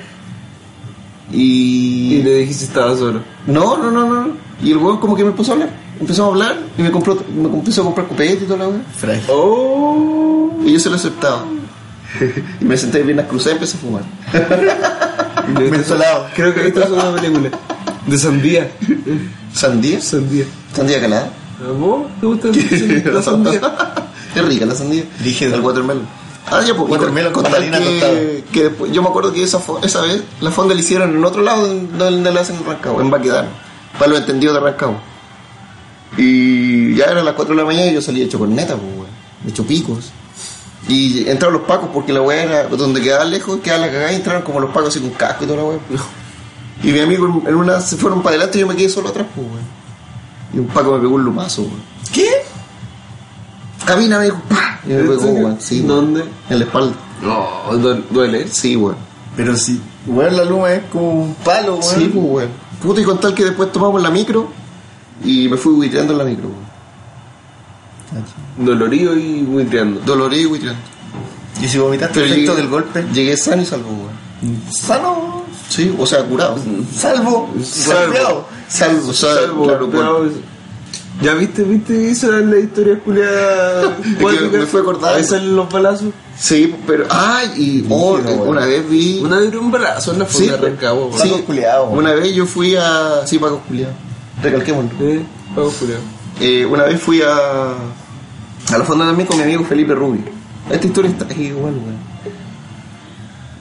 Speaker 1: Y.
Speaker 3: Y le dijiste estaba solo.
Speaker 1: No, no, no, no. Y el weón como que me puso a hablar. Empezamos a hablar y me, compró, me empezó a comprar copete y toda la weón.
Speaker 4: Frágil.
Speaker 3: Oh.
Speaker 1: Y yo se lo aceptaba. y me senté de piernas cruzadas y empecé a fumar.
Speaker 4: Mentolado.
Speaker 3: Creo que esta es una película. De sandía.
Speaker 1: ¿Sandía?
Speaker 3: Sandía.
Speaker 1: ¿Sandía calada?
Speaker 3: ¿A vos te gusta el- la sandía?
Speaker 1: Qué rica la sandía.
Speaker 4: Rígido.
Speaker 1: El watermelon. Ah, ya, pues.
Speaker 4: Watermelon con
Speaker 1: contar
Speaker 4: harina tostada.
Speaker 1: que, que después, Yo me acuerdo que esa, fo- esa vez la fonda la hicieron en otro lado donde- donde la hacen en Rancagua, en Baquedano. Para los entendidos de Rancagua. Y ya eran las 4 de la mañana y yo salí hecho corneta, pues, weón. Hecho picos. Y entraron los pacos porque la weá era donde quedaba lejos, quedaba la cagada y entraron como los pacos así con casco y toda la weá. Y mi amigo en una se fueron para adelante y yo me quedé solo atrás, pues, weón. Y un paco me pegó un lumazo, weón.
Speaker 4: ¿Qué?
Speaker 1: Camina, me dijo, ¡pah! Y me pegó, weón. Sí, weón.
Speaker 3: ¿Dónde?
Speaker 1: En la espalda.
Speaker 3: No, du- duele.
Speaker 1: Sí, weón.
Speaker 4: Pero si, weón, la luma es como un palo, weón.
Speaker 1: Sí, pues, weón. Puta, y con tal que después tomamos la micro y me fui buitreando en la micro, weón.
Speaker 3: Dolorido y buitreando.
Speaker 1: Dolorido y buitreando.
Speaker 4: Y si vomitaste
Speaker 1: Pero
Speaker 4: el efecto
Speaker 1: llegué-
Speaker 4: del golpe,
Speaker 1: Llegué sano y salvo, weón.
Speaker 4: sano,
Speaker 1: Sí, o sea, curado.
Speaker 4: salvo, golpeado.
Speaker 1: Salvo, salvo,
Speaker 3: Salvo,
Speaker 1: claro,
Speaker 3: pero-
Speaker 1: weón.
Speaker 3: Ya viste, viste, esa es la historia culiada.
Speaker 1: que me fue acordando.
Speaker 3: Ahí salen los balazos.
Speaker 1: Sí, pero. ¡Ay! y oh,
Speaker 4: Brígido, weón.
Speaker 1: una vez vi.
Speaker 3: Una vez un balazo en la
Speaker 1: Sí,
Speaker 3: fonda de Rancagua, weón.
Speaker 4: Paco culiao, weón.
Speaker 1: Una vez yo fui a. Sí, Paco Julián. Recalquémoslo.
Speaker 3: Eh, pago culiao.
Speaker 1: Eh, una vez fui a. A la fonda también con mi amigo Felipe Rubio. Esta historia está es igual, weón.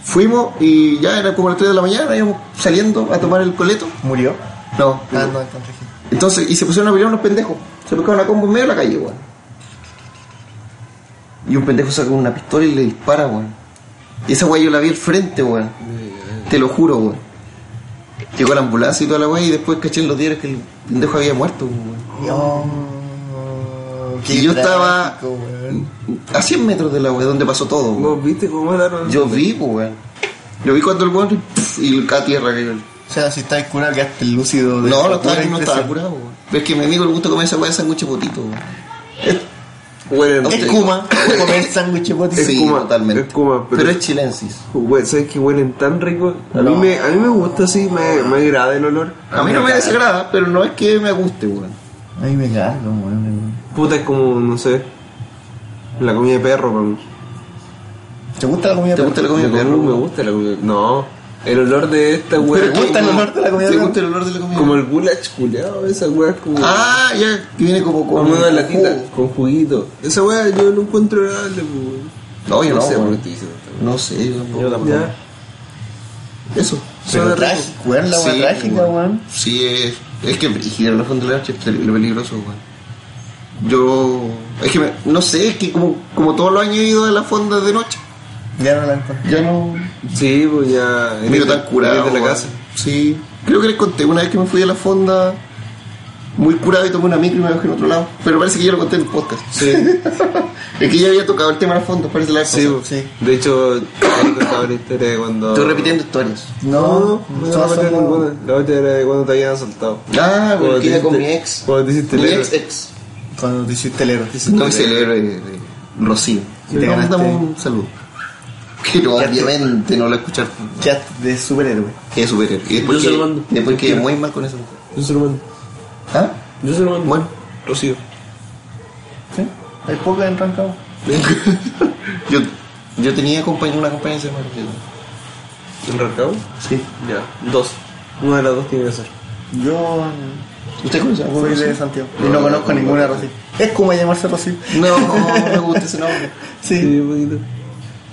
Speaker 1: Fuimos y ya era como las 3 de la mañana, íbamos saliendo a tomar el coleto.
Speaker 4: Murió.
Speaker 1: No.
Speaker 4: Ah, no encontré gente.
Speaker 1: Entonces, y se pusieron a pelear unos pendejos. Se pescaron a combo en medio de la calle, weón. Y un pendejo saca una pistola y le dispara, weón. Y esa weá yo la vi al frente, weón. Te lo juro, weón. Llegó la ambulancia y toda la weá y después caché en los diarios que el pendejo había muerto, weón.
Speaker 4: No.
Speaker 1: Y yo estaba-
Speaker 4: mm, trágico, weón.
Speaker 1: A 100 metros de la weá, donde pasó todo, weón.
Speaker 3: ¿Vos viste cómo mataron?
Speaker 1: Yo vi, pues, weón. Yo vi cuando el weón pf, y el ca tierra cayó.
Speaker 4: O sea, si estáis curado, quedaste lúcido. de
Speaker 1: No,
Speaker 4: esa
Speaker 1: no estaba,
Speaker 4: pura
Speaker 1: no estaba
Speaker 4: impresión.
Speaker 1: curado, weón. Pero es que a mi amigo le gusta comer esa weá de sándwich potito, weón.
Speaker 3: Bueno,
Speaker 1: Es
Speaker 3: eh,
Speaker 1: Kuma.
Speaker 4: Comer sándwiches, botis.
Speaker 3: Es
Speaker 1: Sí,
Speaker 3: Kuma,
Speaker 1: totalmente.
Speaker 3: es Kuma, pero-
Speaker 1: pero... es chilensis.
Speaker 3: we- ¿sabes que huelen tan rico? A, mí me, a mí me gusta así, me, me agrada el olor.
Speaker 1: A mí no me desagrada, pero no es que me guste, weón.
Speaker 4: A mí me cargo, weón.
Speaker 3: Puta, es como, no sé, la comida de perro para mí.
Speaker 4: ¿Te gusta la comida?
Speaker 1: ¿Te gusta la comida de perro?
Speaker 3: me gusta la comida No, el olor de esta wea.
Speaker 4: ¿Te gusta el olor de la comida?
Speaker 1: ¿Te
Speaker 4: de
Speaker 1: gusta el olor de la comida?
Speaker 3: Como el goulash culeado, esa wea es como...
Speaker 1: Ah, ya, que viene como con
Speaker 3: Con una latita,
Speaker 1: jugo.
Speaker 3: con juguito. Esa weá yo no encuentro agradable, pues.
Speaker 1: No, yo no,
Speaker 3: sé
Speaker 1: weón.
Speaker 3: por qué estoy diciendo esta
Speaker 1: No sé, yo tampoco.
Speaker 3: weá. Ya.
Speaker 1: Eso.
Speaker 4: Pero
Speaker 3: Sabe
Speaker 4: trágico, weón, la
Speaker 1: Sí,
Speaker 4: weá trágica,
Speaker 1: weón.
Speaker 4: weón.
Speaker 1: Sí, es, es que brígido en el fondo de la noche es terrible peligroso, weón. Yo. Es que me- no sé, es que como, como todos los años he ido a las fondas de noche.
Speaker 4: Ya no la encontré.
Speaker 1: Ya no.
Speaker 3: Sí, pues ya.
Speaker 1: Miro tan curado.
Speaker 3: De la
Speaker 1: weón.
Speaker 3: casa.
Speaker 1: Sí. Creo que les conté una vez que me fui a la fonda muy curado y tomé una micro y me bajé en otro lado. Pero parece que ya lo conté en el podcast.
Speaker 3: Sí,
Speaker 1: es que ya había tocado el tema de la fonda, parece la vez
Speaker 3: sí,
Speaker 1: pasada.
Speaker 3: pues. De hecho, ahí contaba la historia de cuando.
Speaker 1: Estoy repitiendo historias.
Speaker 3: No, no,
Speaker 4: todas
Speaker 3: la otra
Speaker 4: son
Speaker 3: era
Speaker 4: como-
Speaker 3: ninguna. La otra era de cuando te habían asaltado.
Speaker 1: Ah,
Speaker 3: Cuando
Speaker 1: porque
Speaker 3: te
Speaker 1: iba con mi
Speaker 3: hiciste-
Speaker 1: ex.
Speaker 3: Cuando te hiciste
Speaker 1: Mi
Speaker 3: el héroe.
Speaker 1: ex ex.
Speaker 4: Cuando te hiciste el héroe.
Speaker 1: No es el héroe de, de Rocío.
Speaker 4: Y te
Speaker 1: eh, Le
Speaker 4: ganaste.
Speaker 1: mandamos un saludo. Que no, obviamente no lo escuchar
Speaker 4: Chat de superhéroe.
Speaker 1: que es superhéroe. Y
Speaker 3: Yo
Speaker 1: después,
Speaker 3: se lo
Speaker 1: que,
Speaker 3: mando.
Speaker 1: después quedé muy mal con esa mujer.
Speaker 3: Yo se lo mando.
Speaker 1: ¿Ah?
Speaker 3: Yo se lo mando.
Speaker 1: Bueno.
Speaker 3: Rocío.
Speaker 4: ¿Sí? Hay pocas en Rancagua.
Speaker 1: yo, yo tenía compañ- una compañía de semana.
Speaker 3: ¿En Rancagua?
Speaker 4: Sí.
Speaker 3: Ya. Dos. Una de las dos tiene que ser.
Speaker 4: Yo
Speaker 1: ¿Usted conoce?
Speaker 4: mm, soy de Santiago y no conozco ninguna Rosy. Es como llamarse Rosy.
Speaker 1: No, no me gusta ese nombre.
Speaker 4: Sí.
Speaker 3: Sí, poquito.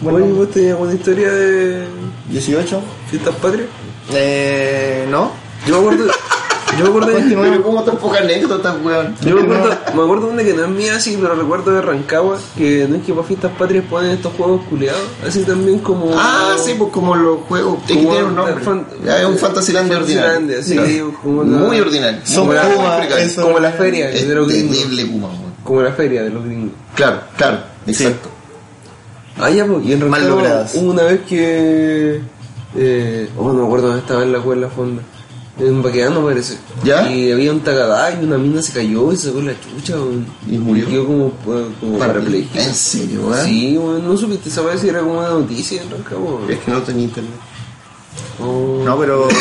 Speaker 4: Bueno.
Speaker 3: Oye, ¿vos tenías alguna historia de
Speaker 4: 18.
Speaker 3: fiestas patrias?
Speaker 4: Eh, no.
Speaker 3: Yo me acuerdo. yo me acuerdo de.
Speaker 1: Pero como tan poca anécdota, weón.
Speaker 3: Yo me acuerdo, me acuerdo de una que no es mía así, pero recuerdo de Rancagua, que no es que para fiestas patrias ponen estos juegos culeados, así también como...
Speaker 1: Ah, sí, pues como los juegos. Es que
Speaker 3: Como
Speaker 1: tiene un nombre.
Speaker 3: fan-
Speaker 1: Ya, es un Fantasyland ordinario.
Speaker 3: Fantasylandia, sí,
Speaker 1: Claro.
Speaker 3: como la-
Speaker 1: Muy ordinario.
Speaker 4: Son
Speaker 1: Muy
Speaker 4: Cuba,
Speaker 1: precario.
Speaker 4: eso.
Speaker 3: como la feria
Speaker 1: Es
Speaker 3: de los gringos.
Speaker 1: terrible, Kuma, weón.
Speaker 3: Como la feria de los gringos.
Speaker 1: Claro, claro, exacto.
Speaker 3: Ah, ya, pues, y en
Speaker 4: Mal
Speaker 3: Rancagua
Speaker 4: logradas.
Speaker 3: hubo una vez que... Eh, oh, no me acuerdo dónde estaba en la cueva en la fonda. En Baquedano parece.
Speaker 1: ¿Ya?
Speaker 3: Y había un tagadá y una mina se cayó y se sacó la chucha, weón.
Speaker 1: ¿Y murió?
Speaker 3: quedó como, eh, como parapléjica.
Speaker 1: En serio, weón.
Speaker 3: Sí, weón, no supiste esa vez si era como una noticia en Rancagua. weón.
Speaker 1: Es que no tenía internet.
Speaker 3: Oh.
Speaker 4: No, pero eh,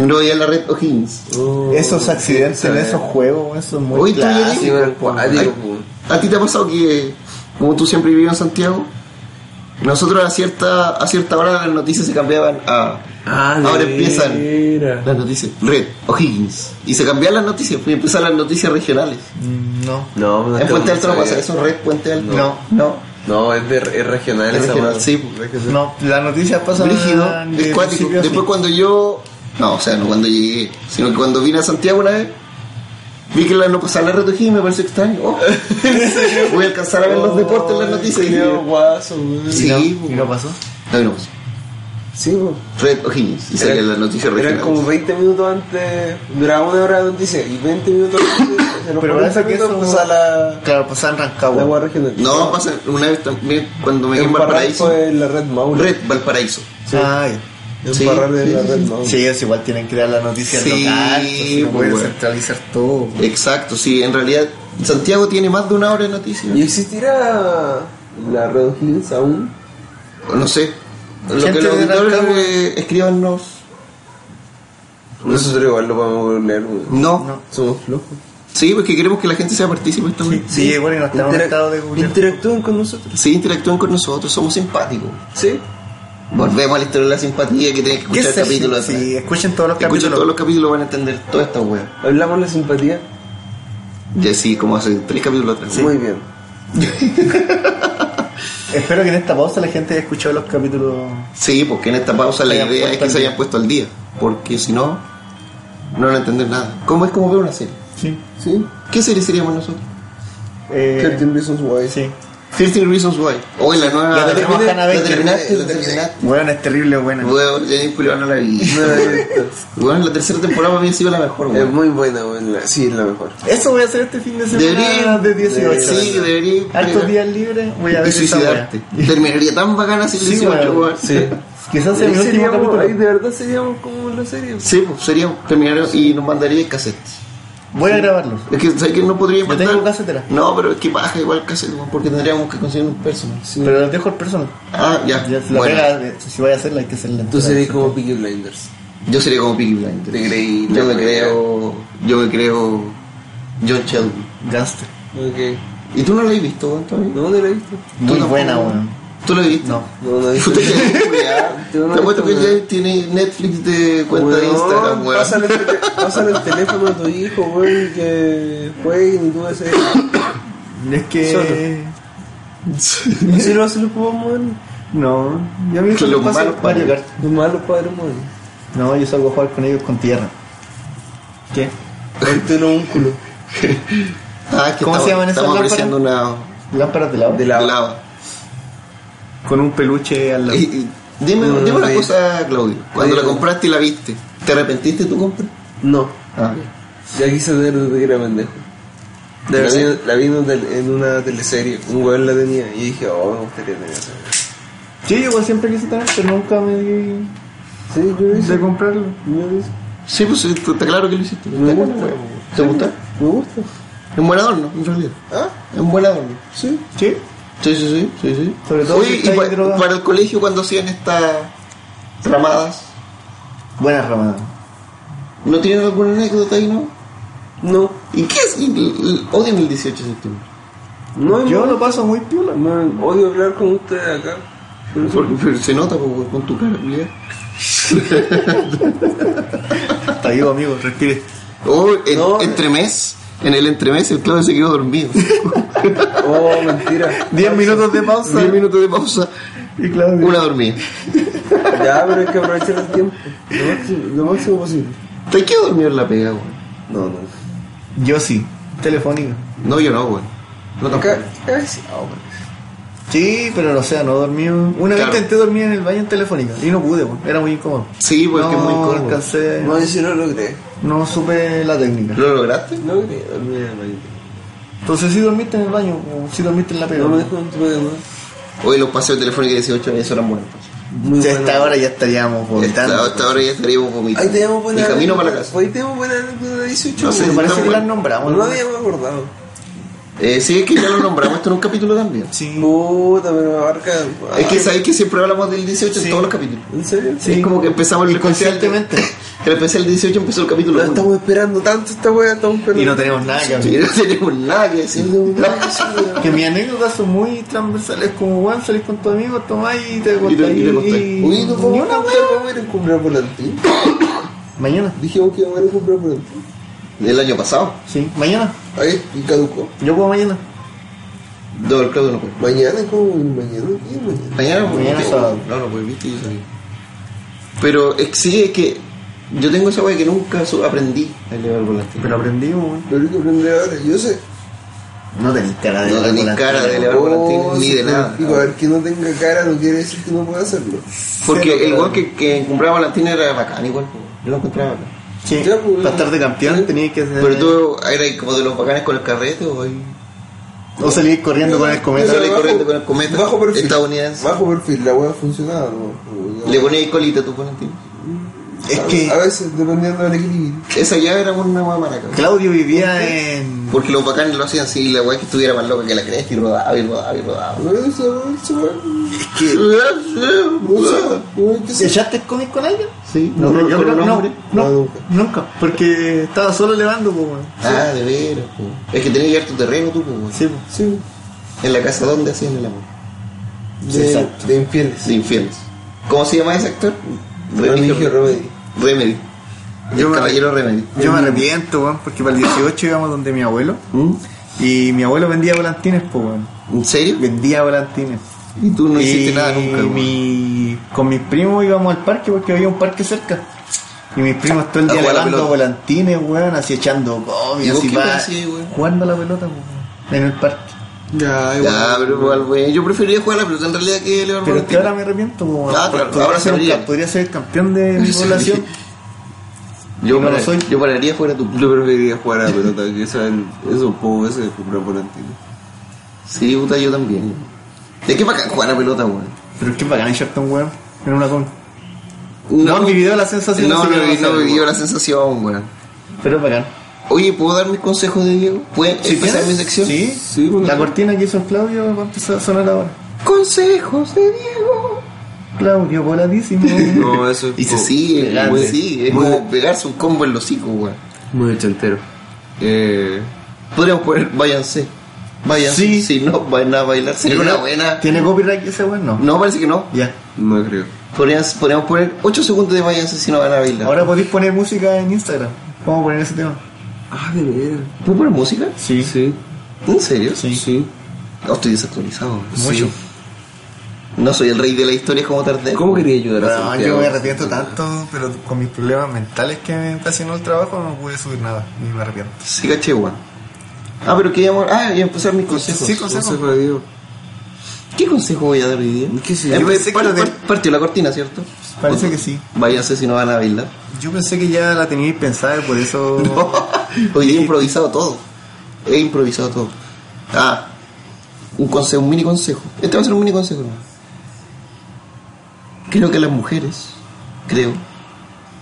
Speaker 1: no veía la red O'Higgins.
Speaker 3: Oh,
Speaker 4: esos accidentes
Speaker 3: sí,
Speaker 4: en
Speaker 3: sí.
Speaker 4: esos juegos, weón, son muy
Speaker 1: Hoy todavía
Speaker 4: clásicos.
Speaker 3: Sí, bueno,
Speaker 4: po.
Speaker 3: ah, digo,
Speaker 1: ¿A ti te ha pasado que, como tú siempre vivías en Santiago, nosotros a cierta, a cierta hora las noticias se cambiaban a...
Speaker 3: Ah, de
Speaker 1: ahora empiezan
Speaker 3: veras.
Speaker 1: las noticias. Red O'Higgins. Y se cambiaban las noticias, pues empiezan las noticias regionales.
Speaker 4: Mm, No.
Speaker 3: No, no
Speaker 1: en Puente Alto no
Speaker 3: sabía.
Speaker 1: pasa eso, Red Puente Alto.
Speaker 4: No.
Speaker 1: no.
Speaker 3: No, es, de, es regional
Speaker 1: Es
Speaker 3: esa
Speaker 1: regional,
Speaker 3: weá.
Speaker 1: sí, pues,
Speaker 4: No, las noticias pasan
Speaker 1: Brígido,
Speaker 4: de
Speaker 1: es cuático.
Speaker 4: principio a
Speaker 1: Después
Speaker 4: fin.
Speaker 1: cuando yo, no, o sea, no cuando llegué, sino que cuando vine a Santiago una vez, vi que la no pasaba la red y me pareció extraño. Oh, voy a alcanzar a ver los deportes en las noticias. Y
Speaker 3: Culeado
Speaker 1: dije,
Speaker 3: guaso, weón.
Speaker 1: Sí,
Speaker 4: ¿Y no pasó?
Speaker 1: no, no, pues,
Speaker 3: Sí, weón.
Speaker 1: Red O'Higgins, y salía
Speaker 3: Era-
Speaker 1: la noticia
Speaker 3: Eran
Speaker 1: regional.
Speaker 3: como 20 minutos antes. Duraba una hora la noticia y 20 minutos antes. de los
Speaker 4: Pero
Speaker 3: 40
Speaker 4: parece que
Speaker 3: minutos
Speaker 4: eso-
Speaker 3: empezaba la,
Speaker 4: Claro, pasaba en
Speaker 3: pues, la
Speaker 4: Rancagua.
Speaker 3: weá regional.
Speaker 1: No, pasa, una vez también, cuando me quedé
Speaker 3: En
Speaker 1: en
Speaker 3: Parral
Speaker 1: Valparaíso,
Speaker 3: fue la red Maule.
Speaker 1: Red Valparaíso.
Speaker 4: Ay.
Speaker 3: En
Speaker 1: Sí,
Speaker 3: Parral de
Speaker 1: sí,
Speaker 3: la
Speaker 1: sí,
Speaker 3: red
Speaker 1: sí.
Speaker 3: Maule.
Speaker 4: Sí, ellos igual tienen que dar la noticia
Speaker 1: Sí,
Speaker 4: local, pues, no
Speaker 1: pues,
Speaker 4: pueden
Speaker 1: bueno.
Speaker 4: centralizar todo.
Speaker 1: Exacto, sí, en realidad Santiago tiene más de una hora de noticias.
Speaker 3: ¿Y existirá la red O'Higgins aún?
Speaker 1: No sé. Lo
Speaker 4: Gente
Speaker 1: que los
Speaker 4: de
Speaker 1: auditores
Speaker 4: Rancagua.
Speaker 1: eh, escríbanos.
Speaker 3: Nosotros igual lo podemos leer, weón.
Speaker 1: no.
Speaker 3: Somos flojos.
Speaker 1: Sí, porque queremos que la gente sea partícipe de esta wea.
Speaker 4: Sí, bueno, y no están en un
Speaker 3: Interac-
Speaker 4: estado de gobierno.
Speaker 3: Interactúen con nosotros.
Speaker 1: Sí, interactúen con nosotros, somos simpáticos.
Speaker 3: Sí.
Speaker 1: Volvemos a la historia de la simpatía que tenés que
Speaker 4: ¿Qué
Speaker 1: escuchar
Speaker 4: se-
Speaker 1: el capítulo de atrás.
Speaker 4: Sí, escuchen todos los
Speaker 1: Escuchen
Speaker 4: capítulos.
Speaker 1: todos los capítulos, van a entender toda esta wea.
Speaker 3: Hablamos la simpatía.
Speaker 1: Ya sí, como hace tres capítulos atrás.
Speaker 3: Muy bien.
Speaker 4: Espero que en esta pausa la gente haya escuchado los capítulos.
Speaker 1: Sí, porque en esta pausa la
Speaker 4: Se hayan
Speaker 1: idea es
Speaker 4: puesto
Speaker 1: que
Speaker 4: al
Speaker 1: se
Speaker 4: día.
Speaker 1: hayan puesto al día. Porque si no, no van a entender nada. ¿Cómo es como ver una serie?
Speaker 4: Sí.
Speaker 3: Sí.
Speaker 1: ¿Qué serie seríamos nosotros?
Speaker 4: Eh,
Speaker 3: 13 Reasons Why.
Speaker 4: sí.
Speaker 1: 13 Reasons Why. Hoy la nueva.
Speaker 4: Ya tenemos a Hannah
Speaker 1: la
Speaker 4: Baker.
Speaker 1: Ah, terminaste, la terminaste.
Speaker 4: Bueno, es terrible, buena.
Speaker 1: Weón, ya ni Julio no la vi.
Speaker 3: es
Speaker 1: Weón, la tercera temporada para mí ha sido la mejor, weón.
Speaker 3: muy buena, weón. la- Sí, es la mejor.
Speaker 4: Eso voy a hacer este fin de
Speaker 1: Debería-
Speaker 4: semana de 18.
Speaker 1: Sí, debería.
Speaker 4: Hartos días libres, voy a ver
Speaker 1: y
Speaker 4: esta
Speaker 1: suicidarte. Terminaría tan bacana si lo
Speaker 4: Sí,
Speaker 1: hicimos
Speaker 4: weón.
Speaker 1: weón.
Speaker 3: Sí.
Speaker 4: Quizás sea
Speaker 3: Ahí
Speaker 4: mi último
Speaker 3: seríamos-
Speaker 4: capítulo.
Speaker 3: ahí de verdad seríamos como en la serie.
Speaker 1: Sí, pues sería terminar y nos mandaría el cassette.
Speaker 4: Voy a grabarlo.
Speaker 1: Es que, ¿sabes que no podría
Speaker 4: Yo tengo casetera.
Speaker 1: No, pero es que baja igual cassette, weón, porque tendríamos que conseguir un personal.
Speaker 4: Pero les dejo el personal.
Speaker 1: Ah, ya.
Speaker 4: Ya, si, la
Speaker 1: bueno,
Speaker 4: pega, eh, si voy a hacerla, hay que hacerla.
Speaker 3: Tú serías como Peaky Blinders.
Speaker 1: yo sería como Peaky Blinders.
Speaker 3: Te creí
Speaker 1: Yo
Speaker 3: la
Speaker 1: me
Speaker 3: primera.
Speaker 1: creo. Yo me creo. John Sheldon.
Speaker 4: Gangster.
Speaker 3: Ok.
Speaker 1: ¿Y tú no lo has visto, weón, todavía?
Speaker 3: No, no la he visto.
Speaker 1: Tú
Speaker 4: Muy
Speaker 1: no-
Speaker 4: buena, weón.
Speaker 1: ¿Tú lo viste? No.
Speaker 3: No, no he visto.
Speaker 1: Puta que culiao.
Speaker 3: Tú no
Speaker 1: Te apuesto que
Speaker 3: viste,
Speaker 1: ya tiene Netflix de cuenta de
Speaker 3: Weón,
Speaker 1: Instagram, weón.
Speaker 3: Pásale, el tele- pásale el teléfono a tu hijo, weón, y que jueguen y tú ese.
Speaker 4: Es que.
Speaker 3: Si lo hacen los papás modernos.
Speaker 4: No, yo a mi hijo
Speaker 1: Los
Speaker 4: le paso
Speaker 1: malos
Speaker 4: Mario
Speaker 1: padres.
Speaker 4: Kart.
Speaker 3: Los malos padres modernos.
Speaker 4: No, yo salgo a jugar con ellos con tierra. ¿Qué?
Speaker 3: Ponte los músculos.
Speaker 1: Ah, es que
Speaker 4: ¿Cómo
Speaker 1: estamos-
Speaker 4: se llaman esas
Speaker 1: Estamos
Speaker 4: lámparas?
Speaker 1: apreciando una
Speaker 4: Lámparas de lava.
Speaker 3: De lava.
Speaker 1: lava.
Speaker 4: Con un peluche al lado.
Speaker 1: Y- y- Dime,
Speaker 3: No, no,
Speaker 1: dime
Speaker 3: no,
Speaker 1: una
Speaker 3: no.
Speaker 1: cosa, Claudio. Cuando
Speaker 3: Oye,
Speaker 1: la compraste y la viste, ¿te arrepentiste de tu compra?
Speaker 3: No.
Speaker 1: Ah,
Speaker 3: Ya quise tener desde que era pendejo. La
Speaker 1: ¿Sí?
Speaker 3: vi, la vi en, un tel- en una teleserie, un weón la tenía y dije, oh, me gustaría tener esa.
Speaker 4: Sí, yo igual siempre quise tener, pero nunca me di
Speaker 3: Sí, yo lo hice.
Speaker 4: de comprarlo.
Speaker 3: Yo lo hice.
Speaker 1: sí, pues está está claro que lo hiciste.
Speaker 3: Me
Speaker 1: Está
Speaker 3: gusta.
Speaker 1: claro, ¿Te gusta?
Speaker 3: Me gusta.
Speaker 1: Es un buen adorno, en realidad.
Speaker 3: ¿Ah?
Speaker 1: Es un buen adorno.
Speaker 3: Sí.
Speaker 4: ¿Sí?
Speaker 1: Sí, sí, sí. sí, sí.
Speaker 4: Sobre todo
Speaker 1: Oye,
Speaker 4: si
Speaker 1: y
Speaker 4: estáis
Speaker 1: pa-
Speaker 4: drogado.
Speaker 1: para el colegio cuando hacían estas ramadas,
Speaker 4: Buena ramada.
Speaker 1: ¿no tienen alguna anécdota ahí, no?
Speaker 3: No.
Speaker 1: ¿Y qué es? y- y- Odian el 18 de septiembre.
Speaker 3: No,
Speaker 4: Yo
Speaker 3: no.
Speaker 4: lo paso muy piola.
Speaker 3: Man, odio hablar con ustedes acá. Pero eso-
Speaker 1: Porque, pero se nota pues, con tu cara, culiao.
Speaker 4: Hasta vivo, amigo, respire.
Speaker 1: Oh, en-
Speaker 3: No.
Speaker 1: entremés, en el entremés el Claudio se quedó dormido.
Speaker 3: Oh, mentira.
Speaker 4: 10 minutos de pausa.
Speaker 1: 10 minutos de pausa,
Speaker 4: Y claro,
Speaker 1: una dormida.
Speaker 3: Ya, pero hay que aprovechar el tiempo. Lo máximo, lo máximo posible.
Speaker 1: ¿Te quedó dormido en la pega, güey?
Speaker 3: No, no.
Speaker 4: yo sí. Telefónica.
Speaker 1: No, yo no, güey. No tampoco.
Speaker 3: Acá, casi. ah, bueno.
Speaker 4: Sí, pero no sea, no dormí. Una
Speaker 1: Claro.
Speaker 4: vez intenté dormir en el baño en Telefónica y no pude, weón. era muy incómodo.
Speaker 1: Sí, porque
Speaker 4: no,
Speaker 1: es muy incómodo.
Speaker 4: alcancé-
Speaker 3: No, yo sí lo logré.
Speaker 4: no supe la técnica.
Speaker 1: ¿Lo lograste?
Speaker 3: No logré dormir en el baño.
Speaker 4: Entonces sí dormiste en el baño, o sí dormiste en la pega.
Speaker 3: No me dejó un tuve de
Speaker 1: Hoy los paseos telefónicos de 18 años eran buenos.
Speaker 3: Muy
Speaker 4: Ya a
Speaker 3: bueno.
Speaker 4: esta hora ya estaríamos
Speaker 1: Hasta,
Speaker 4: voltando.
Speaker 1: hasta ahora ya estaríamos vomitando.
Speaker 3: Ahí teníamos buena.
Speaker 1: El camino para la casa.
Speaker 3: Ahí teníamos buena anécdota de 18.
Speaker 1: No sé,
Speaker 3: güey.
Speaker 1: me
Speaker 4: Parece que
Speaker 1: bueno.
Speaker 4: las nombramos.
Speaker 3: No
Speaker 4: ¿no?
Speaker 3: habíamos acordado.
Speaker 1: Eh, sí, es que ya lo nombramos esto en un capítulo también.
Speaker 4: Sí.
Speaker 3: Puta, pero me abarca. Ah,
Speaker 1: Es que sabéis que siempre hablamos del 18
Speaker 4: Sí.
Speaker 1: en todos los capítulos.
Speaker 3: ¿En serio?
Speaker 4: Sí.
Speaker 1: Es como que empezamos el especial. de-
Speaker 4: Inconscientemente.
Speaker 1: El especial 18 empezó el capítulo
Speaker 3: Lo
Speaker 1: 1.
Speaker 3: estamos esperando tanto esta wea, estamos esperando.
Speaker 4: Y no tenemos nada que hablar.
Speaker 1: Y no tenemos nada que decir.
Speaker 4: Que mis anécdotas son muy transversales, como weón, salís con tu amigo, tomás y te
Speaker 1: Y te-
Speaker 4: contáis.
Speaker 1: y te contáis.
Speaker 4: y-
Speaker 3: Oye, no
Speaker 4: ni
Speaker 3: podemos
Speaker 4: una
Speaker 3: contar,
Speaker 4: weá.
Speaker 3: vamos a ir a comprar por latín.
Speaker 4: Mañana,
Speaker 3: Dijimos que íbamos a ir a comprar por latín.
Speaker 1: El año pasado.
Speaker 4: sí, mañana.
Speaker 3: Ahí, y caducó.
Speaker 4: Yo puedo mañana.
Speaker 1: No, el Claudio no puede.
Speaker 3: Mañana, como mañana, ¿qué mañana?
Speaker 1: Mañana, pues,
Speaker 4: Mañana
Speaker 1: no,
Speaker 4: sábado.
Speaker 1: No, no, pues viste, yo sabía. Pero es, que sí, es que yo tengo esa wea que nunca su- aprendí a elevar volante.
Speaker 4: Pero aprendimos, weón.
Speaker 3: Lo único que aprendí ahora, yo sé.
Speaker 4: No tenés cara de
Speaker 1: No tenés
Speaker 4: volantín,
Speaker 1: cara de
Speaker 4: weón.
Speaker 1: elevar volantín ni
Speaker 3: Oh, sí,
Speaker 1: de
Speaker 3: pero,
Speaker 1: nada.
Speaker 3: Digo, a ver, que no tenga cara no quiere decir que no pueda hacerlo.
Speaker 1: Porque
Speaker 4: Cero
Speaker 1: el
Speaker 4: cara
Speaker 1: gol que, que compraba volantín era bacán, igual. pues, Yo lo encontraba bacán.
Speaker 4: Sí,
Speaker 3: Ya, pues,
Speaker 4: para estar de campeón tenías que hacer.
Speaker 1: Pero tú eras como de los bacanes con el carrete o ahí.
Speaker 4: O salir corriendo con el cometa.
Speaker 1: Esa- Sale corriendo con el cometa
Speaker 3: Bajo perfil.
Speaker 1: estadounidense.
Speaker 3: Bajo perfil, la wea funcionaba, ¿no?
Speaker 1: Le ponías colita a tu volantín.
Speaker 4: Es
Speaker 3: A-
Speaker 4: que
Speaker 3: A veces, dependiendo del equilibrio.
Speaker 1: Esa ya era una wea maraca.
Speaker 4: Claudio vivía en.
Speaker 1: Porque los bacanes lo hacían así y la wea que estuviera más loca que la cresta y rodaba y rodaba y rodaba.
Speaker 3: No es eso, es eso, no sé, no hay que ser.
Speaker 4: ¿Echaste el cómic con alguien?
Speaker 1: Sí,
Speaker 4: No,
Speaker 1: no,
Speaker 4: yo
Speaker 1: con
Speaker 4: creo
Speaker 1: un
Speaker 4: que no,
Speaker 1: hombre.
Speaker 4: no,
Speaker 3: No, nunca.
Speaker 4: nunca, porque estaba solo elevando, pues, weón.
Speaker 1: Ah, de veras, po. Es que tenías que llevar tu terreno tú, po. weón.
Speaker 4: Sí, pues.
Speaker 3: Sí,
Speaker 1: En la casa donde hacían el amor.
Speaker 3: de,
Speaker 4: Exacto.
Speaker 3: de infieles.
Speaker 1: De infieles. ¿Cómo se llama ese actor?
Speaker 3: Remigio Remedy.
Speaker 1: Remedy. El
Speaker 4: Yo me-
Speaker 1: caballero Remedy.
Speaker 4: Yo me arrepiento, weón, porque para el 18 íbamos donde mi abuelo y mi abuelo vendía volantines, pues, weón.
Speaker 1: ¿En serio?
Speaker 4: Vendía volantines.
Speaker 1: Y tú no hiciste
Speaker 4: Y
Speaker 1: nada nunca, weón.
Speaker 4: mi- Con mis primos íbamos al parque porque había un parque cerca. Y mis primos todo el
Speaker 1: A
Speaker 4: día
Speaker 1: jugar a Ah, la
Speaker 4: elevando
Speaker 1: pelota.
Speaker 4: volantines, weón, así echando
Speaker 1: ¿Y
Speaker 4: gomis,
Speaker 1: vos
Speaker 4: así
Speaker 1: qué
Speaker 4: pa-
Speaker 1: hacías, weón? Ah,
Speaker 4: jugando a la pelota, weón, en el parque.
Speaker 3: Ya,
Speaker 1: Ya, pero igual, weón. Yo preferiría jugar a la pelota en realidad que leer
Speaker 4: Pero es que ahora me arrepiento, weón.
Speaker 1: Ah, claro,
Speaker 4: podría,
Speaker 1: ahora
Speaker 4: ser un
Speaker 1: sabría.
Speaker 4: ca- podría ser el campeón de mi
Speaker 1: Sí.
Speaker 4: población.
Speaker 1: Yo,
Speaker 4: no lo
Speaker 1: parar-
Speaker 4: soy.
Speaker 1: yo pararía fuera tu.
Speaker 3: Yo preferiría jugar a la pelota, que esa, eso poco ese de comprar por antiguo.
Speaker 1: Sí, puta, yo también. ¿De qué bacán jugar a pelota, weón?
Speaker 4: Pero es que bacán echarte un weón. en una con.
Speaker 1: No,
Speaker 4: No, han vivido la sensación.
Speaker 1: No,
Speaker 4: así que
Speaker 1: no,
Speaker 4: sé,
Speaker 1: no,
Speaker 4: weón.
Speaker 1: vivió la sensación, weón.
Speaker 4: Pero es bacán.
Speaker 1: Oye, ¿puedo dar mis consejos de Diego? ¿Puedes empezar pues, mi sección? pues,
Speaker 4: Sí,
Speaker 3: Sí, bueno.
Speaker 4: La cortina que hizo el Claudio va a empezar a sonar ahora.
Speaker 1: Consejos de Diego.
Speaker 4: Claudio, voladísimo.
Speaker 3: No, eso es
Speaker 1: Y se
Speaker 3: como-
Speaker 1: sigue,
Speaker 3: pegante.
Speaker 1: se sigue. Es
Speaker 3: Muy-
Speaker 1: como pegarse un combo en los hocico, weón.
Speaker 3: Muy ochentero.
Speaker 1: Eh, Podríamos poner, váyanse. Váyanse.
Speaker 4: Sí.
Speaker 1: Si no, van a bailar. Sería una buena.
Speaker 4: ¿Tiene copyright ese weón? No.
Speaker 1: No, parece que no.
Speaker 4: Ya.
Speaker 3: No creo.
Speaker 1: Podrías- podríamos poner 8 segundos de váyanse si no van a bailar.
Speaker 4: Ahora podéis poner música en Instagram. Vamos a poner ese tema.
Speaker 3: Ah, de veras.
Speaker 1: ¿puedo poner música?
Speaker 4: Sí.
Speaker 3: Sí.
Speaker 1: ¿En serio?
Speaker 4: Sí.
Speaker 3: Sí.
Speaker 1: No, estoy desactualizado.
Speaker 4: Mucho.
Speaker 1: No soy el rey de la historia como Tardel.
Speaker 3: ¿Cómo quería ayudar a
Speaker 5: No,
Speaker 3: Santiago?
Speaker 5: yo me arrepiento tanto, pero con mis problemas mentales que me ocasionó el trabajo no pude subir nada y me arrepiento.
Speaker 1: Sí, caché, weón. Ah, pero que íbamos- Ah, iba a empezar mis consejos.
Speaker 5: Sí, consejo.
Speaker 3: Consejo de Dios.
Speaker 1: ¿Qué consejo voy a dar hoy día?
Speaker 3: ¿Qué sé
Speaker 1: Eh,
Speaker 3: yo?
Speaker 5: pensé
Speaker 1: par-
Speaker 5: que lo de-
Speaker 1: par- Partió la cortina, ¿cierto?
Speaker 4: Parece que sí.
Speaker 1: Váyanse si no van a bailar.
Speaker 5: Yo pensé que ya la teníais pensada y por eso...
Speaker 1: Hoy día he improvisado todo. He improvisado todo. Ah, un consejo, un mini consejo. Este va a ser un mini consejo. ¿no? Creo que a las mujeres, creo,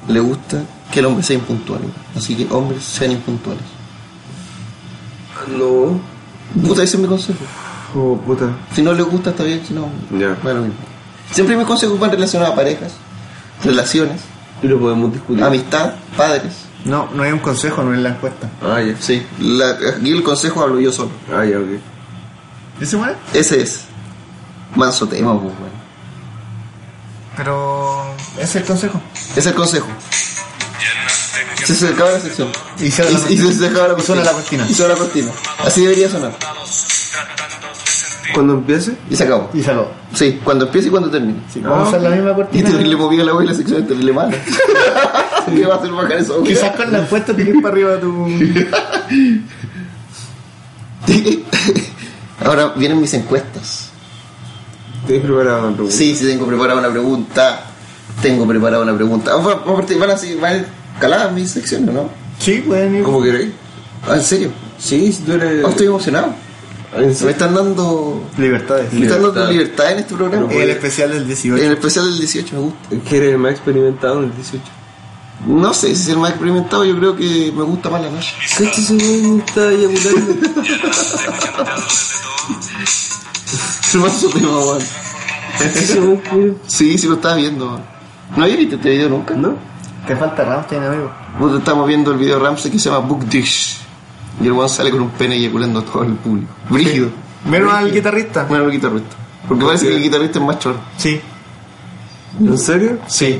Speaker 1: le gusta que el hombre sea impuntual. ¿no? Así que hombres sean impuntuales.
Speaker 3: No.
Speaker 1: Puta, ese es mi consejo.
Speaker 3: Oh, puta.
Speaker 1: Si no les gusta, está bien. Si no,
Speaker 3: Ya.
Speaker 1: bueno, mismo. Siempre mis consejos van relacionados a parejas, relaciones,
Speaker 3: Y lo podemos discutir.
Speaker 1: Ah, amistad, padres.
Speaker 4: No, no es un consejo, no es la encuesta.
Speaker 3: Ah, ya.
Speaker 1: Sí, la, aquí el consejo hablo yo solo.
Speaker 3: Ah, ya, ok.
Speaker 4: ¿Ese weón?
Speaker 1: Ese es. Manso tema, pues, weón.
Speaker 5: Pero...
Speaker 4: Ese es el consejo.
Speaker 1: Ese es el consejo. Se, se acaba la sección.
Speaker 4: Y se-
Speaker 1: y, y se, se acaba la
Speaker 4: y suena la cortina.
Speaker 1: Y suena la cortina. Así debería sonar.
Speaker 3: Cuando empiece,
Speaker 1: Y se acabó.
Speaker 4: Y saló.
Speaker 1: Sí, cuando empieza y cuando termina.
Speaker 4: Sí, vamos a
Speaker 3: Ah,
Speaker 4: usar la misma
Speaker 1: Y
Speaker 4: cortina.
Speaker 1: te le movía la voz y la sección es terrible mala. ¿Qué va a hacer bajar eso? weón?
Speaker 4: Quizás con la encuesta te quedes para arriba tu.
Speaker 1: Ahora vienen mis encuestas.
Speaker 3: te he preparado la pregunta.
Speaker 1: Sí, sí, tengo preparada una pregunta. Tengo preparada una pregunta. Ah, va- va a partir- Van a seguir, van a ir caladas mis secciones, ¿no?
Speaker 4: Sí, pues, pueden ir.
Speaker 3: ¿Cómo queréis?
Speaker 1: Ah, ¿En serio?
Speaker 3: Sí, si tú eres.
Speaker 1: Ah, estoy emocionado.
Speaker 3: ¿En
Speaker 1: Me
Speaker 3: serio?
Speaker 1: están dando
Speaker 4: Libertades.
Speaker 1: Me están dando
Speaker 3: Libertad.
Speaker 1: libertad en este programa.
Speaker 4: El especial del 18.
Speaker 1: En el especial del 18 me gusta.
Speaker 3: que eres el más experimentado en el 18.
Speaker 1: No sé si es el más experimentado, yo creo que me gusta más la noche.
Speaker 3: Cacho, ese weón está eyaculando.
Speaker 1: Es el más tema, weón.
Speaker 3: Ese weón, weón.
Speaker 1: Sí, sí lo estaba viendo. weón. ¿No había visto este video nunca?
Speaker 3: ¿No?
Speaker 4: Te falta Ramstein, amigo.
Speaker 1: Nosotros estamos viendo el video de Ramsey que se llama Book Dish. Y el weón sale con un pene eyaculando a todo el público. Brígido.
Speaker 4: Menos al guitarrista.
Speaker 1: Bueno, el guitarrista. Porque parece que el guitarrista es más chorro.
Speaker 4: Sí.
Speaker 3: ¿En serio?
Speaker 4: Sí.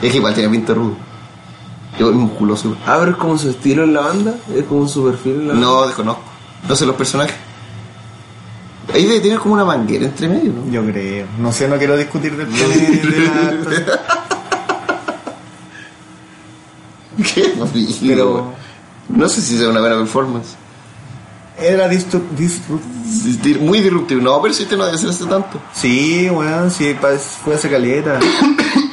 Speaker 1: Es que igual tiene pinta rudo. Yo es musculoso. weón.
Speaker 3: Ah, pero es como su estilo en la banda. Es como su perfil en la banda.
Speaker 1: No, desconozco. No sé los personajes. Ahí debe tener como una manguera entre medio, ¿no?
Speaker 4: Yo creo. No sé, no quiero discutir del pene de la-
Speaker 1: Qué horrible,
Speaker 4: Pero.
Speaker 1: weón. No sé si sea una buena performance.
Speaker 4: Era distur- distur-
Speaker 1: Es dir- Muy disruptivo. No, pero si este no debe ser hace tanto.
Speaker 4: Sí, weón, sí, pa- fue esa caleta.
Speaker 1: pues,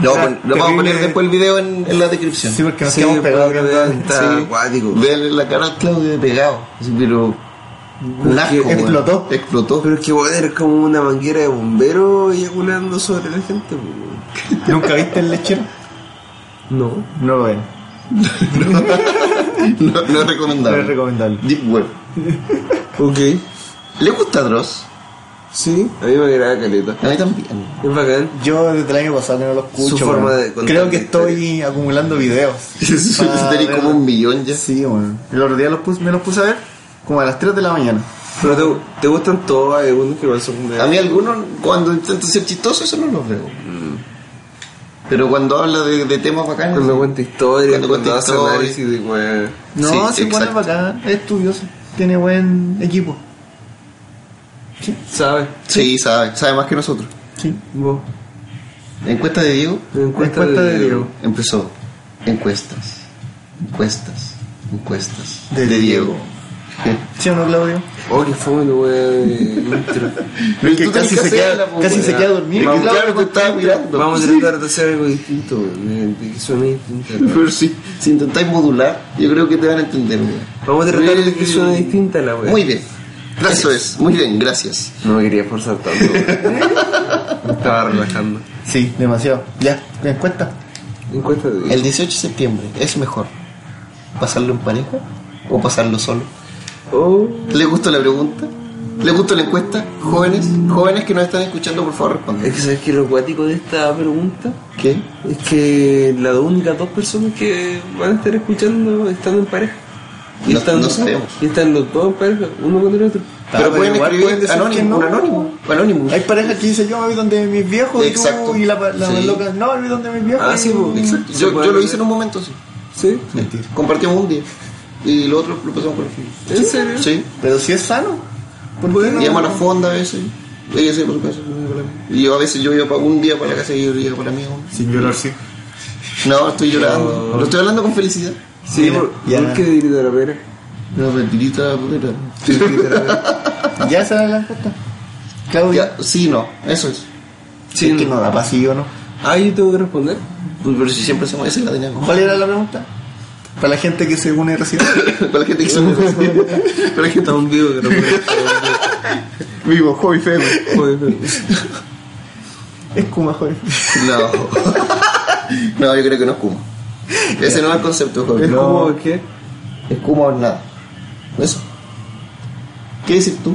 Speaker 1: Lo,
Speaker 4: Era
Speaker 1: pon- lo vamos a poner
Speaker 4: terrible.
Speaker 1: después el video en, en la descripción.
Speaker 4: Sí, porque nos
Speaker 3: Sí,
Speaker 4: quedamos
Speaker 3: pero
Speaker 4: pegados
Speaker 3: creo
Speaker 4: viendo-
Speaker 3: que está
Speaker 1: Sí.
Speaker 3: acuático.
Speaker 1: Véanle la cara al Claudio de pegado. Así, pero. Un asco, weón.
Speaker 4: explotó.
Speaker 1: Explotó.
Speaker 3: Oh, Pero es que weón eres como una manguera de bombero eyaculando sobre la gente, weón.
Speaker 4: ¿Nunca viste el lechero?
Speaker 3: No.
Speaker 4: No lo ven.
Speaker 1: No, no es
Speaker 4: No
Speaker 1: recomendable.
Speaker 4: es recomendable.
Speaker 1: Deep Web.
Speaker 3: Ok.
Speaker 1: ¿Le gusta Dross?
Speaker 3: Sí, a mí me agrada caleta.
Speaker 1: A mí también.
Speaker 3: Es bacán.
Speaker 4: Yo desde el año pasado que no lo escucho.
Speaker 3: Su forma
Speaker 4: weón.
Speaker 3: de contar
Speaker 4: Creo que
Speaker 3: la historia.
Speaker 4: estoy acumulando videos. Ah,
Speaker 1: Tenéis
Speaker 4: verdad.
Speaker 1: como un millón ya.
Speaker 4: Sí, weón. El otro día los pus- me los puse a ver como a las 3 de la mañana.
Speaker 3: Pero te, te gustan todos, hay algunos que igual son de...
Speaker 1: A mí algunos, cuando intentan ser chistosos, eso no los veo. Pero cuando habla de, de temas bacanes...
Speaker 3: Mm. Cuando cuenta historias,
Speaker 1: Cuando
Speaker 3: cuando,
Speaker 1: cuenta
Speaker 3: hace
Speaker 1: historia.
Speaker 3: análisis de weón.
Speaker 4: No,
Speaker 1: Sí,
Speaker 4: sí, bueno, es
Speaker 1: exacto.
Speaker 4: bacán. Es estudioso. Tiene buen equipo.
Speaker 3: ¿Sabes?
Speaker 1: Sí, sabe, sabe más que nosotros.
Speaker 4: Sí.
Speaker 3: Vos.
Speaker 1: Encuesta de Diego
Speaker 3: Encuesta,
Speaker 4: Encuesta
Speaker 3: de,
Speaker 4: de
Speaker 3: Diego.
Speaker 1: empezó. Encuestas, encuestas, encuestas.
Speaker 4: De Diego. ¿Sí o no, Claudio?
Speaker 3: Oh, qué fome, weón. intro.
Speaker 1: Pero
Speaker 4: que
Speaker 1: tú tenés
Speaker 4: casi se queda-
Speaker 1: hacerla, po,
Speaker 4: casi
Speaker 1: weón.
Speaker 4: se queda dormido.
Speaker 1: Es que
Speaker 4: Vamos.
Speaker 1: claro, te estaba mirando.
Speaker 3: Vamos a tratar de hacer algo distinto, weón. de- de Que suene distinto. la weá.
Speaker 1: Pero si, si intentáis modular, yo creo que te van a entender, weón.
Speaker 3: Vamos a tratar de que suene distinta la weón.
Speaker 1: Muy bien. Eso es, muy bien, gracias.
Speaker 3: No me quería forzar tanto. güey. Me Estaba relajando.
Speaker 4: Sí, demasiado. Ya, ¿me cuenta?
Speaker 3: Encuentra
Speaker 1: El 18 de septiembre, ¿es mejor pasarlo en pareja o pasarlo solo?
Speaker 3: Oh,
Speaker 1: ¿Le gustó la pregunta? ¿Le gustó la encuesta? Jóvenes, jóvenes que nos están escuchando, por favor respondan.
Speaker 3: es que sabes que lo cuático de esta pregunta
Speaker 1: ¿Qué?
Speaker 3: es que las únicas dos personas que van a estar escuchando están en pareja.
Speaker 1: No-
Speaker 3: están
Speaker 1: no
Speaker 3: los-
Speaker 1: sabemos.
Speaker 3: y están los dos en pareja, uno con el otro.
Speaker 1: Pero pueden
Speaker 4: igual pueden
Speaker 1: escribir
Speaker 4: decir que
Speaker 1: anónimo,
Speaker 4: no.
Speaker 1: un anónimo, anónimo.
Speaker 4: Hay parejas que dicen, yo me voy donde mis viejos y tú,
Speaker 1: Exacto.
Speaker 4: y la, la
Speaker 1: Sí.
Speaker 4: loca, no, me voy donde mis viejos. mm,
Speaker 3: Ah, sí, pues, exacto.
Speaker 1: Yo,
Speaker 3: Se puede
Speaker 1: yo lo
Speaker 3: ver.
Speaker 1: hice en un momento, sí.
Speaker 3: ¿Sí?
Speaker 4: Mentira.
Speaker 1: Compartimos un día. Y lo otro lo pasamos por el fin.
Speaker 3: ¿En serio?
Speaker 1: Sí.
Speaker 4: Pero si es sano. ¿Por qué no?
Speaker 1: Llama a la fonda a veces. Ella se iba para su casa, yo me iba para la mía. Y yo a veces yo iba para un día para la casa y yo iba para la mía.
Speaker 5: Sin violar, sí.
Speaker 1: No, estoy llorando. Lo estoy hablando con felicidad.
Speaker 3: Sí,
Speaker 4: Mira,
Speaker 3: por,
Speaker 4: ya.
Speaker 3: ¿por qué dirita la pera?
Speaker 1: Una mentirita putera.
Speaker 4: Ya será la encuesta. Claudia,
Speaker 1: Ya, sí, no, eso es.
Speaker 4: sí, es que no da pasillo, ¿no?
Speaker 3: Ah, yo tengo que responder.
Speaker 1: Pues, Pero si siempre hacemos esa es la dinámica.
Speaker 4: ¿Cuál era la pregunta? Para la gente que se une recién.
Speaker 1: Para la gente que se Para la gente
Speaker 3: Está un vivo que no puede.
Speaker 4: Vivo, hobby feo.
Speaker 3: Joder,
Speaker 4: Es Kuma, joven.
Speaker 1: No. No, yo creo que no es Kuma. Ese no es el concepto,
Speaker 3: Es
Speaker 1: joven.
Speaker 3: como que
Speaker 1: Es Kuma o nada. Eso. ¿Qué decir tú?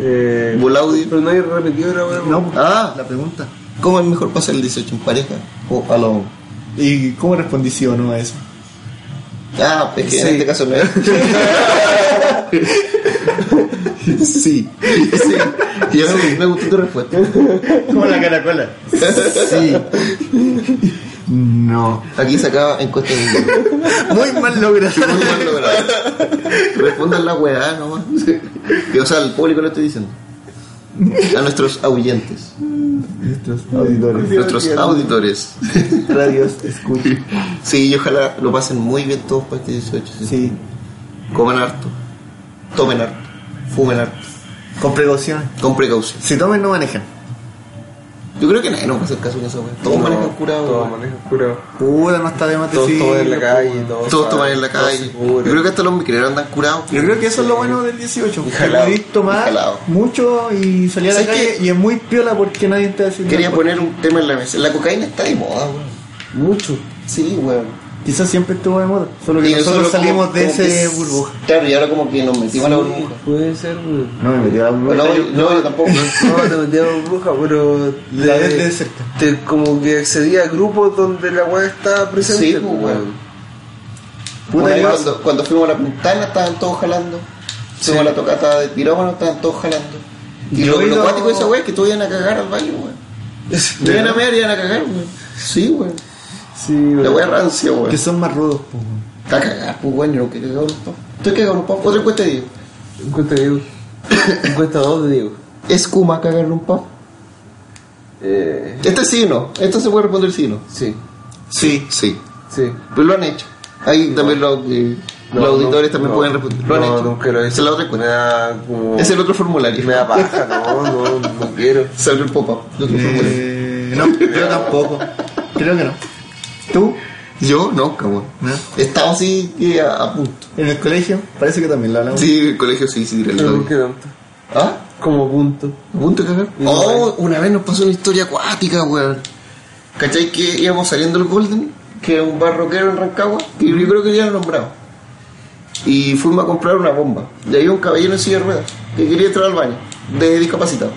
Speaker 3: eh,
Speaker 1: Volaudio.
Speaker 3: pero nadie repetido la weá.
Speaker 4: No,
Speaker 1: Ah.
Speaker 4: la pregunta.
Speaker 1: ¿Cómo es mejor pasar el 18 en pareja o a lo
Speaker 4: ¿Y cómo respondí sí o no a eso?
Speaker 1: Ah, es que en
Speaker 3: Sí.
Speaker 1: este caso no es. sí. Sí. Y a mí me gustó tu respuesta.
Speaker 4: Como la caracola. Sí. No.
Speaker 1: Aquí sacaba encuesta de Google.
Speaker 4: Muy mal logrado.
Speaker 1: Muy mal logrado. Respondan la weá nomás. Que, o sea, al público lo estoy diciendo. A nuestros oyentes.
Speaker 4: Nuestros auditores.
Speaker 1: Nuestros auditores.
Speaker 4: Radios, escuchen.
Speaker 1: Sí, y ojalá lo pasen muy bien todos para este 18. sí.
Speaker 4: Sí.
Speaker 1: Coman harto. Tomen harto. Fumen harto.
Speaker 4: Con precaución.
Speaker 1: Con precaución.
Speaker 4: Si tomen, no manejan.
Speaker 1: Yo creo que nadie nos va a hacer caso en esa weá.
Speaker 3: pues,
Speaker 1: Todos manejan curado.
Speaker 3: Todos
Speaker 1: weá.
Speaker 3: manejan curado.
Speaker 4: Puta, no está de mate.
Speaker 3: Todos
Speaker 4: sí.
Speaker 3: toman en la calle. Todos,
Speaker 1: Todos toman
Speaker 3: saben,
Speaker 1: en la
Speaker 3: todos
Speaker 1: calle. Yo
Speaker 3: seguros.
Speaker 1: creo que hasta los micreros andan curados.
Speaker 4: Yo creo que eso es lo bueno del 18. Que
Speaker 3: jalado,
Speaker 4: podéis tomar
Speaker 1: y jalado.
Speaker 4: mucho y salir a la
Speaker 1: ¿Sabes
Speaker 4: calle
Speaker 1: qué?
Speaker 4: y es muy piola porque nadie está diciendo.
Speaker 1: Quería poner un tema en la mesa. La cocaína está de moda, weón.
Speaker 3: Mucho.
Speaker 1: Sí, weón.
Speaker 4: Quizás siempre estuvo de moda. Solo que
Speaker 1: Y
Speaker 4: nosotros,
Speaker 1: como-
Speaker 4: salimos de
Speaker 1: como que-
Speaker 4: ese burbuja.
Speaker 1: Claro, y ahora como que nos metimos a la burbuja.
Speaker 3: Puede ser, weón.
Speaker 4: No me metió la burbuja.
Speaker 1: No, yo, no, yo tampoco.
Speaker 3: No, te metíamos bruja, pero.
Speaker 4: La
Speaker 3: te-
Speaker 4: vez de cerca.
Speaker 3: te- como que accedía a grupos donde la weá estaba presente.
Speaker 1: Sí, pues,
Speaker 3: pues,
Speaker 1: weón.
Speaker 4: Puta,
Speaker 1: Una vez
Speaker 4: yo-
Speaker 1: cuando, cuando fuimos a la puntana estaban todos jalando. Fuimos a la tocata de pirómano, estaban todos jalando. Y
Speaker 4: Yo
Speaker 1: lo,
Speaker 4: he
Speaker 1: lo
Speaker 4: ido-
Speaker 1: cuático de esa weón es que todos iban a cagar al baño, weón. Iban a mear y iban a cagar, weón. Sí, weón.
Speaker 3: Sí, weón.
Speaker 1: La weá rancia, weón.
Speaker 4: Que son más rudos, po.
Speaker 1: Está a cagar, pues weón, yo no quiero cagar un poco. Estoy cagado un poco. Otra encuesta de Diego.
Speaker 3: Encuesta de Diego. Encuesta 2 de Diego.
Speaker 1: ¿Es Kuma cagar en un pub?
Speaker 3: Eh,
Speaker 1: Este sí no. Esto se puede responder sí no.
Speaker 3: sí,
Speaker 1: Sí. Sí.
Speaker 3: sí.
Speaker 1: Pero lo han hecho. Ahí también los, eh,
Speaker 3: No,
Speaker 1: los auditores
Speaker 3: no,
Speaker 1: también
Speaker 3: no,
Speaker 1: pueden responder. Lo han
Speaker 3: no,
Speaker 1: hecho.
Speaker 3: nunca lo he hecho.
Speaker 1: Esa es la otra
Speaker 3: Me
Speaker 1: cuenta.
Speaker 3: da como.
Speaker 1: Es el otro formulario.
Speaker 3: Me da paja, no, no, no quiero.
Speaker 1: Se abrió el pop-up. el otro formulario.
Speaker 4: Eh, no, yo tampoco. Creo que no. ¿Tú?
Speaker 1: Yo no, cabrón.
Speaker 4: ¿No?
Speaker 1: Estaba así eh, a, a punto.
Speaker 4: ¿En el colegio? Parece que también lo hablamos.
Speaker 1: Sí, el colegio sí, sí, tira el
Speaker 3: Pero
Speaker 1: doble.
Speaker 3: ¿por qué tanto?
Speaker 1: ¿Ah?
Speaker 3: Como punto.
Speaker 1: ¿A punto de cagar?
Speaker 3: No,
Speaker 1: Oh, una vez nos pasó una historia acuática, weón. ¿Cachai que íbamos saliendo del Golden? Que es un bar rockero en Rancagua. Y yo creo que ya lo nombrado. Y fuimos a comprar una bomba. Y había un caballero en silla de ruedas que quería entrar al baño, de discapacitado.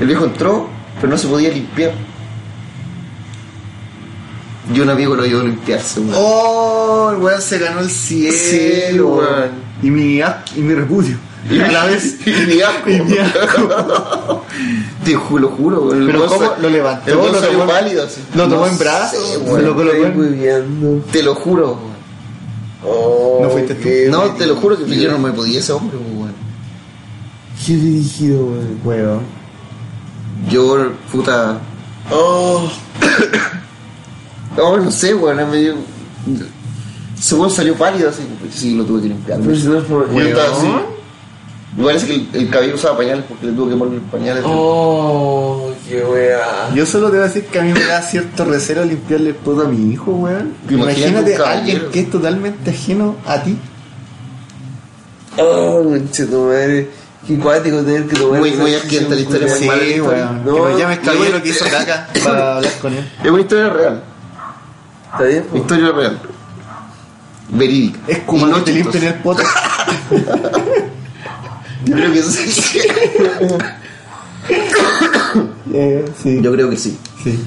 Speaker 1: El viejo entró, pero no se podía limpiar. Y un amigo lo ayudó a limpiarse, weón.
Speaker 4: Oh, el weón se ganó el cielo.
Speaker 1: Sí, weón.
Speaker 4: Y mi, ac- y mi repudio.
Speaker 1: Y
Speaker 4: a la vez.
Speaker 1: Y mi asco.
Speaker 4: Y mi
Speaker 1: Te ju- lo juro, güey. El
Speaker 4: Pero
Speaker 1: weón
Speaker 4: ¿cómo?
Speaker 1: sa-
Speaker 4: ¿Lo levantó?
Speaker 1: El weón
Speaker 4: ¿Lo
Speaker 1: salió
Speaker 4: tomó-
Speaker 1: pálido así.
Speaker 4: Lo tomó
Speaker 1: No
Speaker 4: en brazos,
Speaker 1: sé, güey.
Speaker 4: lo colocó
Speaker 3: Estoy
Speaker 4: en-
Speaker 3: hueviando.
Speaker 1: Te lo juro, güey.
Speaker 3: Oh,
Speaker 4: No fuiste tú.
Speaker 3: qué-
Speaker 1: No, te lo juro que yo no me podía ese hombre, güey.
Speaker 3: Qué dirigido, weón.
Speaker 4: Weón.
Speaker 1: Yo, puta.
Speaker 3: Oh,
Speaker 1: Oh, No, no sé, güey. Me dio. Ese weón salió pálido así. Sí, lo tuve que limpiar.
Speaker 4: Pues,
Speaker 3: pero si no es por.
Speaker 1: Yo estaba así. Me parece que el, el cabello usaba pañales porque le tuve que poner pañales.
Speaker 3: Oh, qué wea.
Speaker 4: Yo solo te voy a decir que a mí me da cierto recelo limpiarle el poto a mi hijo, weón.
Speaker 1: Imagínate
Speaker 4: Imagínate
Speaker 1: un
Speaker 4: a alguien
Speaker 1: caballero.
Speaker 4: que es totalmente ajeno a ti.
Speaker 3: Oh, conche tu madre. Qué cuático tener que tomar
Speaker 1: Voy-
Speaker 3: esa
Speaker 1: voy a quitar la historia
Speaker 3: decisión,
Speaker 1: Sí,
Speaker 3: culiao.
Speaker 1: weón.
Speaker 3: No,
Speaker 5: que nos llame este
Speaker 1: yo-
Speaker 5: caballero que hizo caca.
Speaker 4: para hablar con él.
Speaker 1: Es una historia real.
Speaker 3: Está bien, pues. po.
Speaker 1: Historia real. Verídica.
Speaker 4: Es como
Speaker 1: Y
Speaker 4: no te
Speaker 1: chistosa.
Speaker 4: limpien el poto.
Speaker 1: Yo creo que sí.
Speaker 4: Eh, sí.
Speaker 1: Yo creo que sí.
Speaker 4: Sí.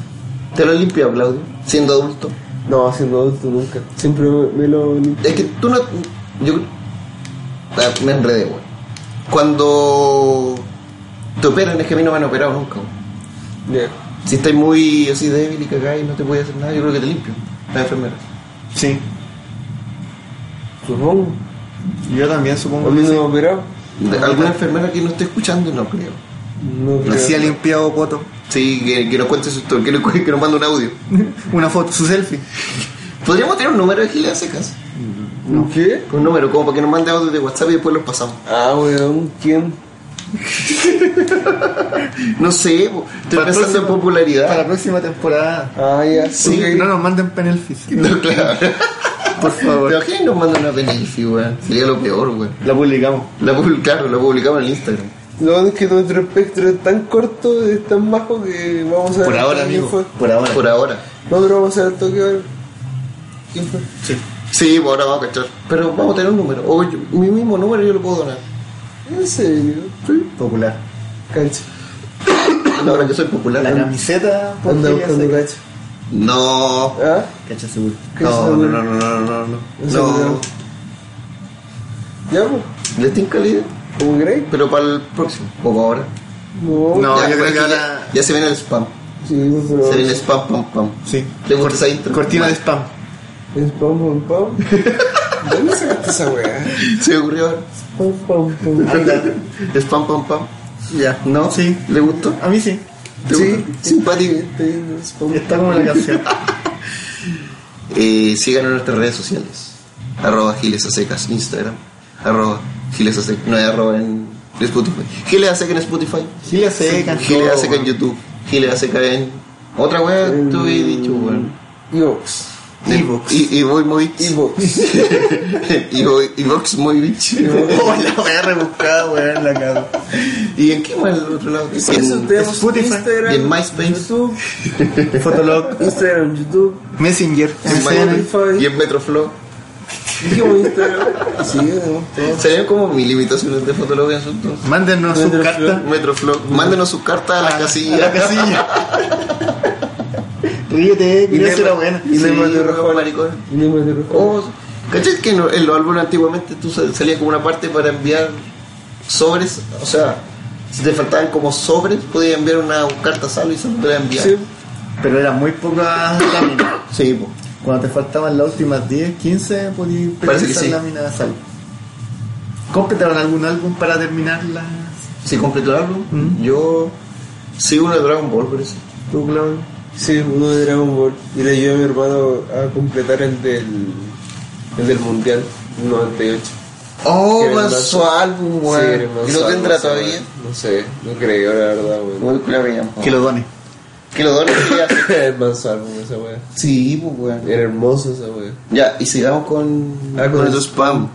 Speaker 1: Te lo limpio, Claudio. Siendo adulto.
Speaker 3: No, siendo adulto nunca. Siempre me, me lo limpio.
Speaker 1: Es que tú no. Yo. Ah, Me enredé, güey. Cuando. Te operan, es que a mí no me han operado nunca, güey.
Speaker 3: Ya.
Speaker 1: Si estáis muy así débil y cagáis y no te puedes hacer nada, yo creo que te limpio. La enfermera.
Speaker 4: Sí.
Speaker 3: Supongo.
Speaker 4: Yo también
Speaker 3: A
Speaker 4: supongo
Speaker 3: mí
Speaker 4: que
Speaker 3: no
Speaker 4: sí.
Speaker 3: me he operado.
Speaker 1: De- ¿Alguna enfermera que no esté escuchando? No creo.
Speaker 3: No creo.
Speaker 5: Así ha limpiado poto.
Speaker 1: Sí, que, que nos cuente su historia, que nos, cu- que nos mande un audio.
Speaker 4: Una foto, su selfie.
Speaker 1: Podríamos tener un número de gileas secas.
Speaker 3: ¿Qué?
Speaker 1: Un número, como para que nos mande audio de WhatsApp y después los pasamos.
Speaker 3: Ah, weón, ¿quién?
Speaker 1: No sé, po, estoy pensando en
Speaker 4: Para próxima- Para la
Speaker 1: popularidad.
Speaker 4: próxima temporada.
Speaker 3: Ah, ya.
Speaker 4: Sí,
Speaker 3: ok.
Speaker 4: no nos manden penelfis.
Speaker 1: No, claro.
Speaker 4: Por favor.
Speaker 1: Pero ¿quién nos manda una penelfi, weón? Sería lo peor, weón.
Speaker 4: La publicamos.
Speaker 1: La publicamos, claro, la publicamos en el Instagram.
Speaker 3: Lo bueno es que nuestro espectro es tan corto, es tan bajo que vamos a ver.
Speaker 5: Por ahora,
Speaker 3: quién
Speaker 5: amigo.
Speaker 3: fue.
Speaker 5: Por ahora.
Speaker 1: Por ahora.
Speaker 3: Nosotros vamos a ver el toque ahora. ¿Quién fue?
Speaker 1: Sí, por ahora vamos a cachar. Pero vamos a tener un número. O yo- mi mismo número yo lo puedo donar.
Speaker 3: ¿En serio? Sí.
Speaker 4: Popular.
Speaker 3: Cancha.
Speaker 1: Ahora que soy popular.
Speaker 4: La
Speaker 1: ¿no?
Speaker 4: camiseta.
Speaker 3: Anda
Speaker 4: porquería
Speaker 3: buscando
Speaker 4: seca.
Speaker 3: cacho.
Speaker 1: No.
Speaker 3: ¿Ah?
Speaker 4: Cacha seguro.
Speaker 1: No, no, no, no, no, no, no.
Speaker 3: Eso
Speaker 1: No.
Speaker 3: ¿Ya, po?
Speaker 1: ¿Le tinca la idea?
Speaker 3: ¿Cómo queréis?
Speaker 1: Pero para el próximo. O para ahora.
Speaker 3: No.
Speaker 5: No,
Speaker 1: Ya,
Speaker 5: yo creo
Speaker 1: porque
Speaker 5: que
Speaker 1: ya-
Speaker 5: ahora-
Speaker 1: Ya se viene el spam. Se
Speaker 3: Sí,
Speaker 1: viene
Speaker 3: pero.
Speaker 1: el spam, pam, pam.
Speaker 4: Sí.
Speaker 1: ¿Le gusta esa intro?
Speaker 4: Cortina de spam.
Speaker 3: Es pam, pam, pam. ¿Dónde sacaste esa weá?
Speaker 1: Se me ocurrió ahora.
Speaker 3: Pam, pam, pam.
Speaker 1: Spam, pam, pam.
Speaker 4: Ya.
Speaker 1: ¿No?
Speaker 4: Sí.
Speaker 1: ¿Le gustó?
Speaker 4: A mí sí.
Speaker 1: ¿Te
Speaker 3: Sí,
Speaker 1: gustó?
Speaker 3: simpático. Es pam.
Speaker 4: Está como la canción.
Speaker 1: Eh, síganos en nuestras redes sociales. Arroba Giles a Secas, Instagram. Arroba Giles a Secas. No es arroba en Spotify. Giles a Secas en Spotify.
Speaker 4: Giles seca.
Speaker 1: Giles a Secas en
Speaker 4: todo,
Speaker 1: YouTube. Giles a Secas en... Otra wea
Speaker 3: En-
Speaker 1: tú habías dicho, weón.
Speaker 3: Evox.
Speaker 4: Evox.
Speaker 1: Y, y voy muy...
Speaker 3: Evox.
Speaker 1: y voy... Y Vox muy bitch.
Speaker 4: Oh, la voy a rebuscar, weón, la cara.
Speaker 1: ¿Y en qué más el otro lado?
Speaker 3: Eso
Speaker 1: En,
Speaker 3: tenemos
Speaker 4: Spotify.
Speaker 3: Instagram.
Speaker 1: Y en MySpace.
Speaker 3: YouTube.
Speaker 4: Fotolog.
Speaker 3: Instagram, YouTube.
Speaker 4: Messenger.
Speaker 1: en
Speaker 4: MSN.
Speaker 1: Miami, y en Metroflow.
Speaker 3: Dijimos Instagram. Sí, tenemos todo.
Speaker 1: Serían como mis limitaciones de fotología en su entonces.
Speaker 5: Mándenos su
Speaker 3: Mándenos su-
Speaker 5: carta
Speaker 1: Metroflow. Mándenos su carta Ah, a la
Speaker 5: a
Speaker 1: casilla.
Speaker 5: la casilla.
Speaker 4: Ríete, mira,
Speaker 3: Dilema-
Speaker 4: será buena.
Speaker 1: Y
Speaker 3: Y
Speaker 1: sí,
Speaker 3: le mandé
Speaker 1: weón,
Speaker 3: rojo.
Speaker 1: maricón.
Speaker 3: Y número de rojo.
Speaker 1: Oh, ¿Cachai que en lo- en los álbumes antiguamente tú sal- salías como una parte para enviar sobres? O sea, si te faltaban como sobres, podías enviar una carta sal y se la enviar.
Speaker 3: Sí.
Speaker 4: Pero eran muy pocas láminas.
Speaker 1: Sí, po.
Speaker 4: Cuando te faltaban las últimas 10, 15, podías pedir
Speaker 1: Parece que
Speaker 4: esas
Speaker 1: sí.
Speaker 4: láminas de sal. ¿Completaron algún álbum para terminarlas?
Speaker 1: Si completó el álbum,
Speaker 4: Mm.
Speaker 1: yo sigo uno de Dragon Ball, por eso.
Speaker 4: ¿Tú, Claudio?
Speaker 3: Sí, uno de Dragon Ball. Y le ayudé a mi hermano a completar el del, el del Mundial 98.
Speaker 1: Oh,
Speaker 3: Qué
Speaker 1: man,
Speaker 3: verdad.
Speaker 1: su álbum,
Speaker 3: Sí,
Speaker 1: weón.
Speaker 3: hermano,
Speaker 1: y lo
Speaker 3: sabe,
Speaker 1: tendrá
Speaker 3: no sabe.
Speaker 1: todavía.
Speaker 3: No sé, no creo, la verdad, weón.
Speaker 1: Muy claro, ya, po.
Speaker 4: Que lo done.
Speaker 1: Que lo donen. que ya-
Speaker 3: El manso álbum esa weá.
Speaker 1: Sí, pues, weón.
Speaker 3: Era hermoso esa weá.
Speaker 1: Ya, y sigamos con,
Speaker 3: Ah, con
Speaker 1: con
Speaker 3: el
Speaker 1: el spam.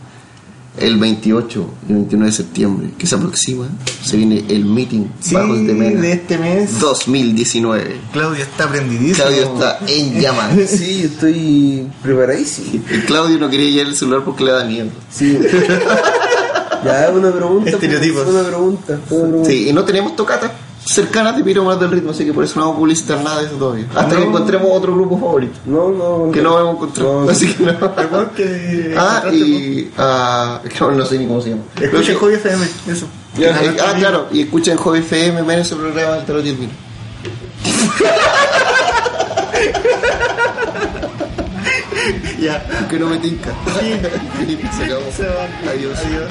Speaker 1: El 28 y 29 de septiembre, que se aproxima, se viene el meeting
Speaker 4: Sí,
Speaker 1: Bajos de Mena
Speaker 4: de este mes.
Speaker 1: 2019.
Speaker 5: Claudio está prendidísimo.
Speaker 1: Claudio está en llamas.
Speaker 3: Sí, yo estoy preparadísimo.
Speaker 1: El Claudio no quería llevar el celular porque le da miedo.
Speaker 3: Sí. ya, una pregunta.
Speaker 5: Estereotipos.
Speaker 3: pues, Una pregunta. Una pregunta.
Speaker 1: Sí, y no tenemos tocatas cercanas de Piromanos del Ritmo, así que por eso no vamos a publicitar nada de eso todavía. Hasta que encontremos otro grupo favorito,
Speaker 3: No, no,
Speaker 1: que no vamos a encontrar.
Speaker 3: No, no.
Speaker 1: Así que no.
Speaker 4: Recuerdo que.
Speaker 1: Ah, y. ah, no, no sé ni cómo se llama. Lo
Speaker 4: Escucha
Speaker 1: que-
Speaker 4: Hobby FM, eso.
Speaker 1: Ya, eh, ah, claro, y escuchen Joven FM, ven ese programa del Tarot y el Vino.
Speaker 4: Ya.
Speaker 1: Que no me tinca. Se acabó.
Speaker 4: Se va.
Speaker 1: Adiós.
Speaker 4: Adiós.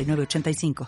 Speaker 6: 906985.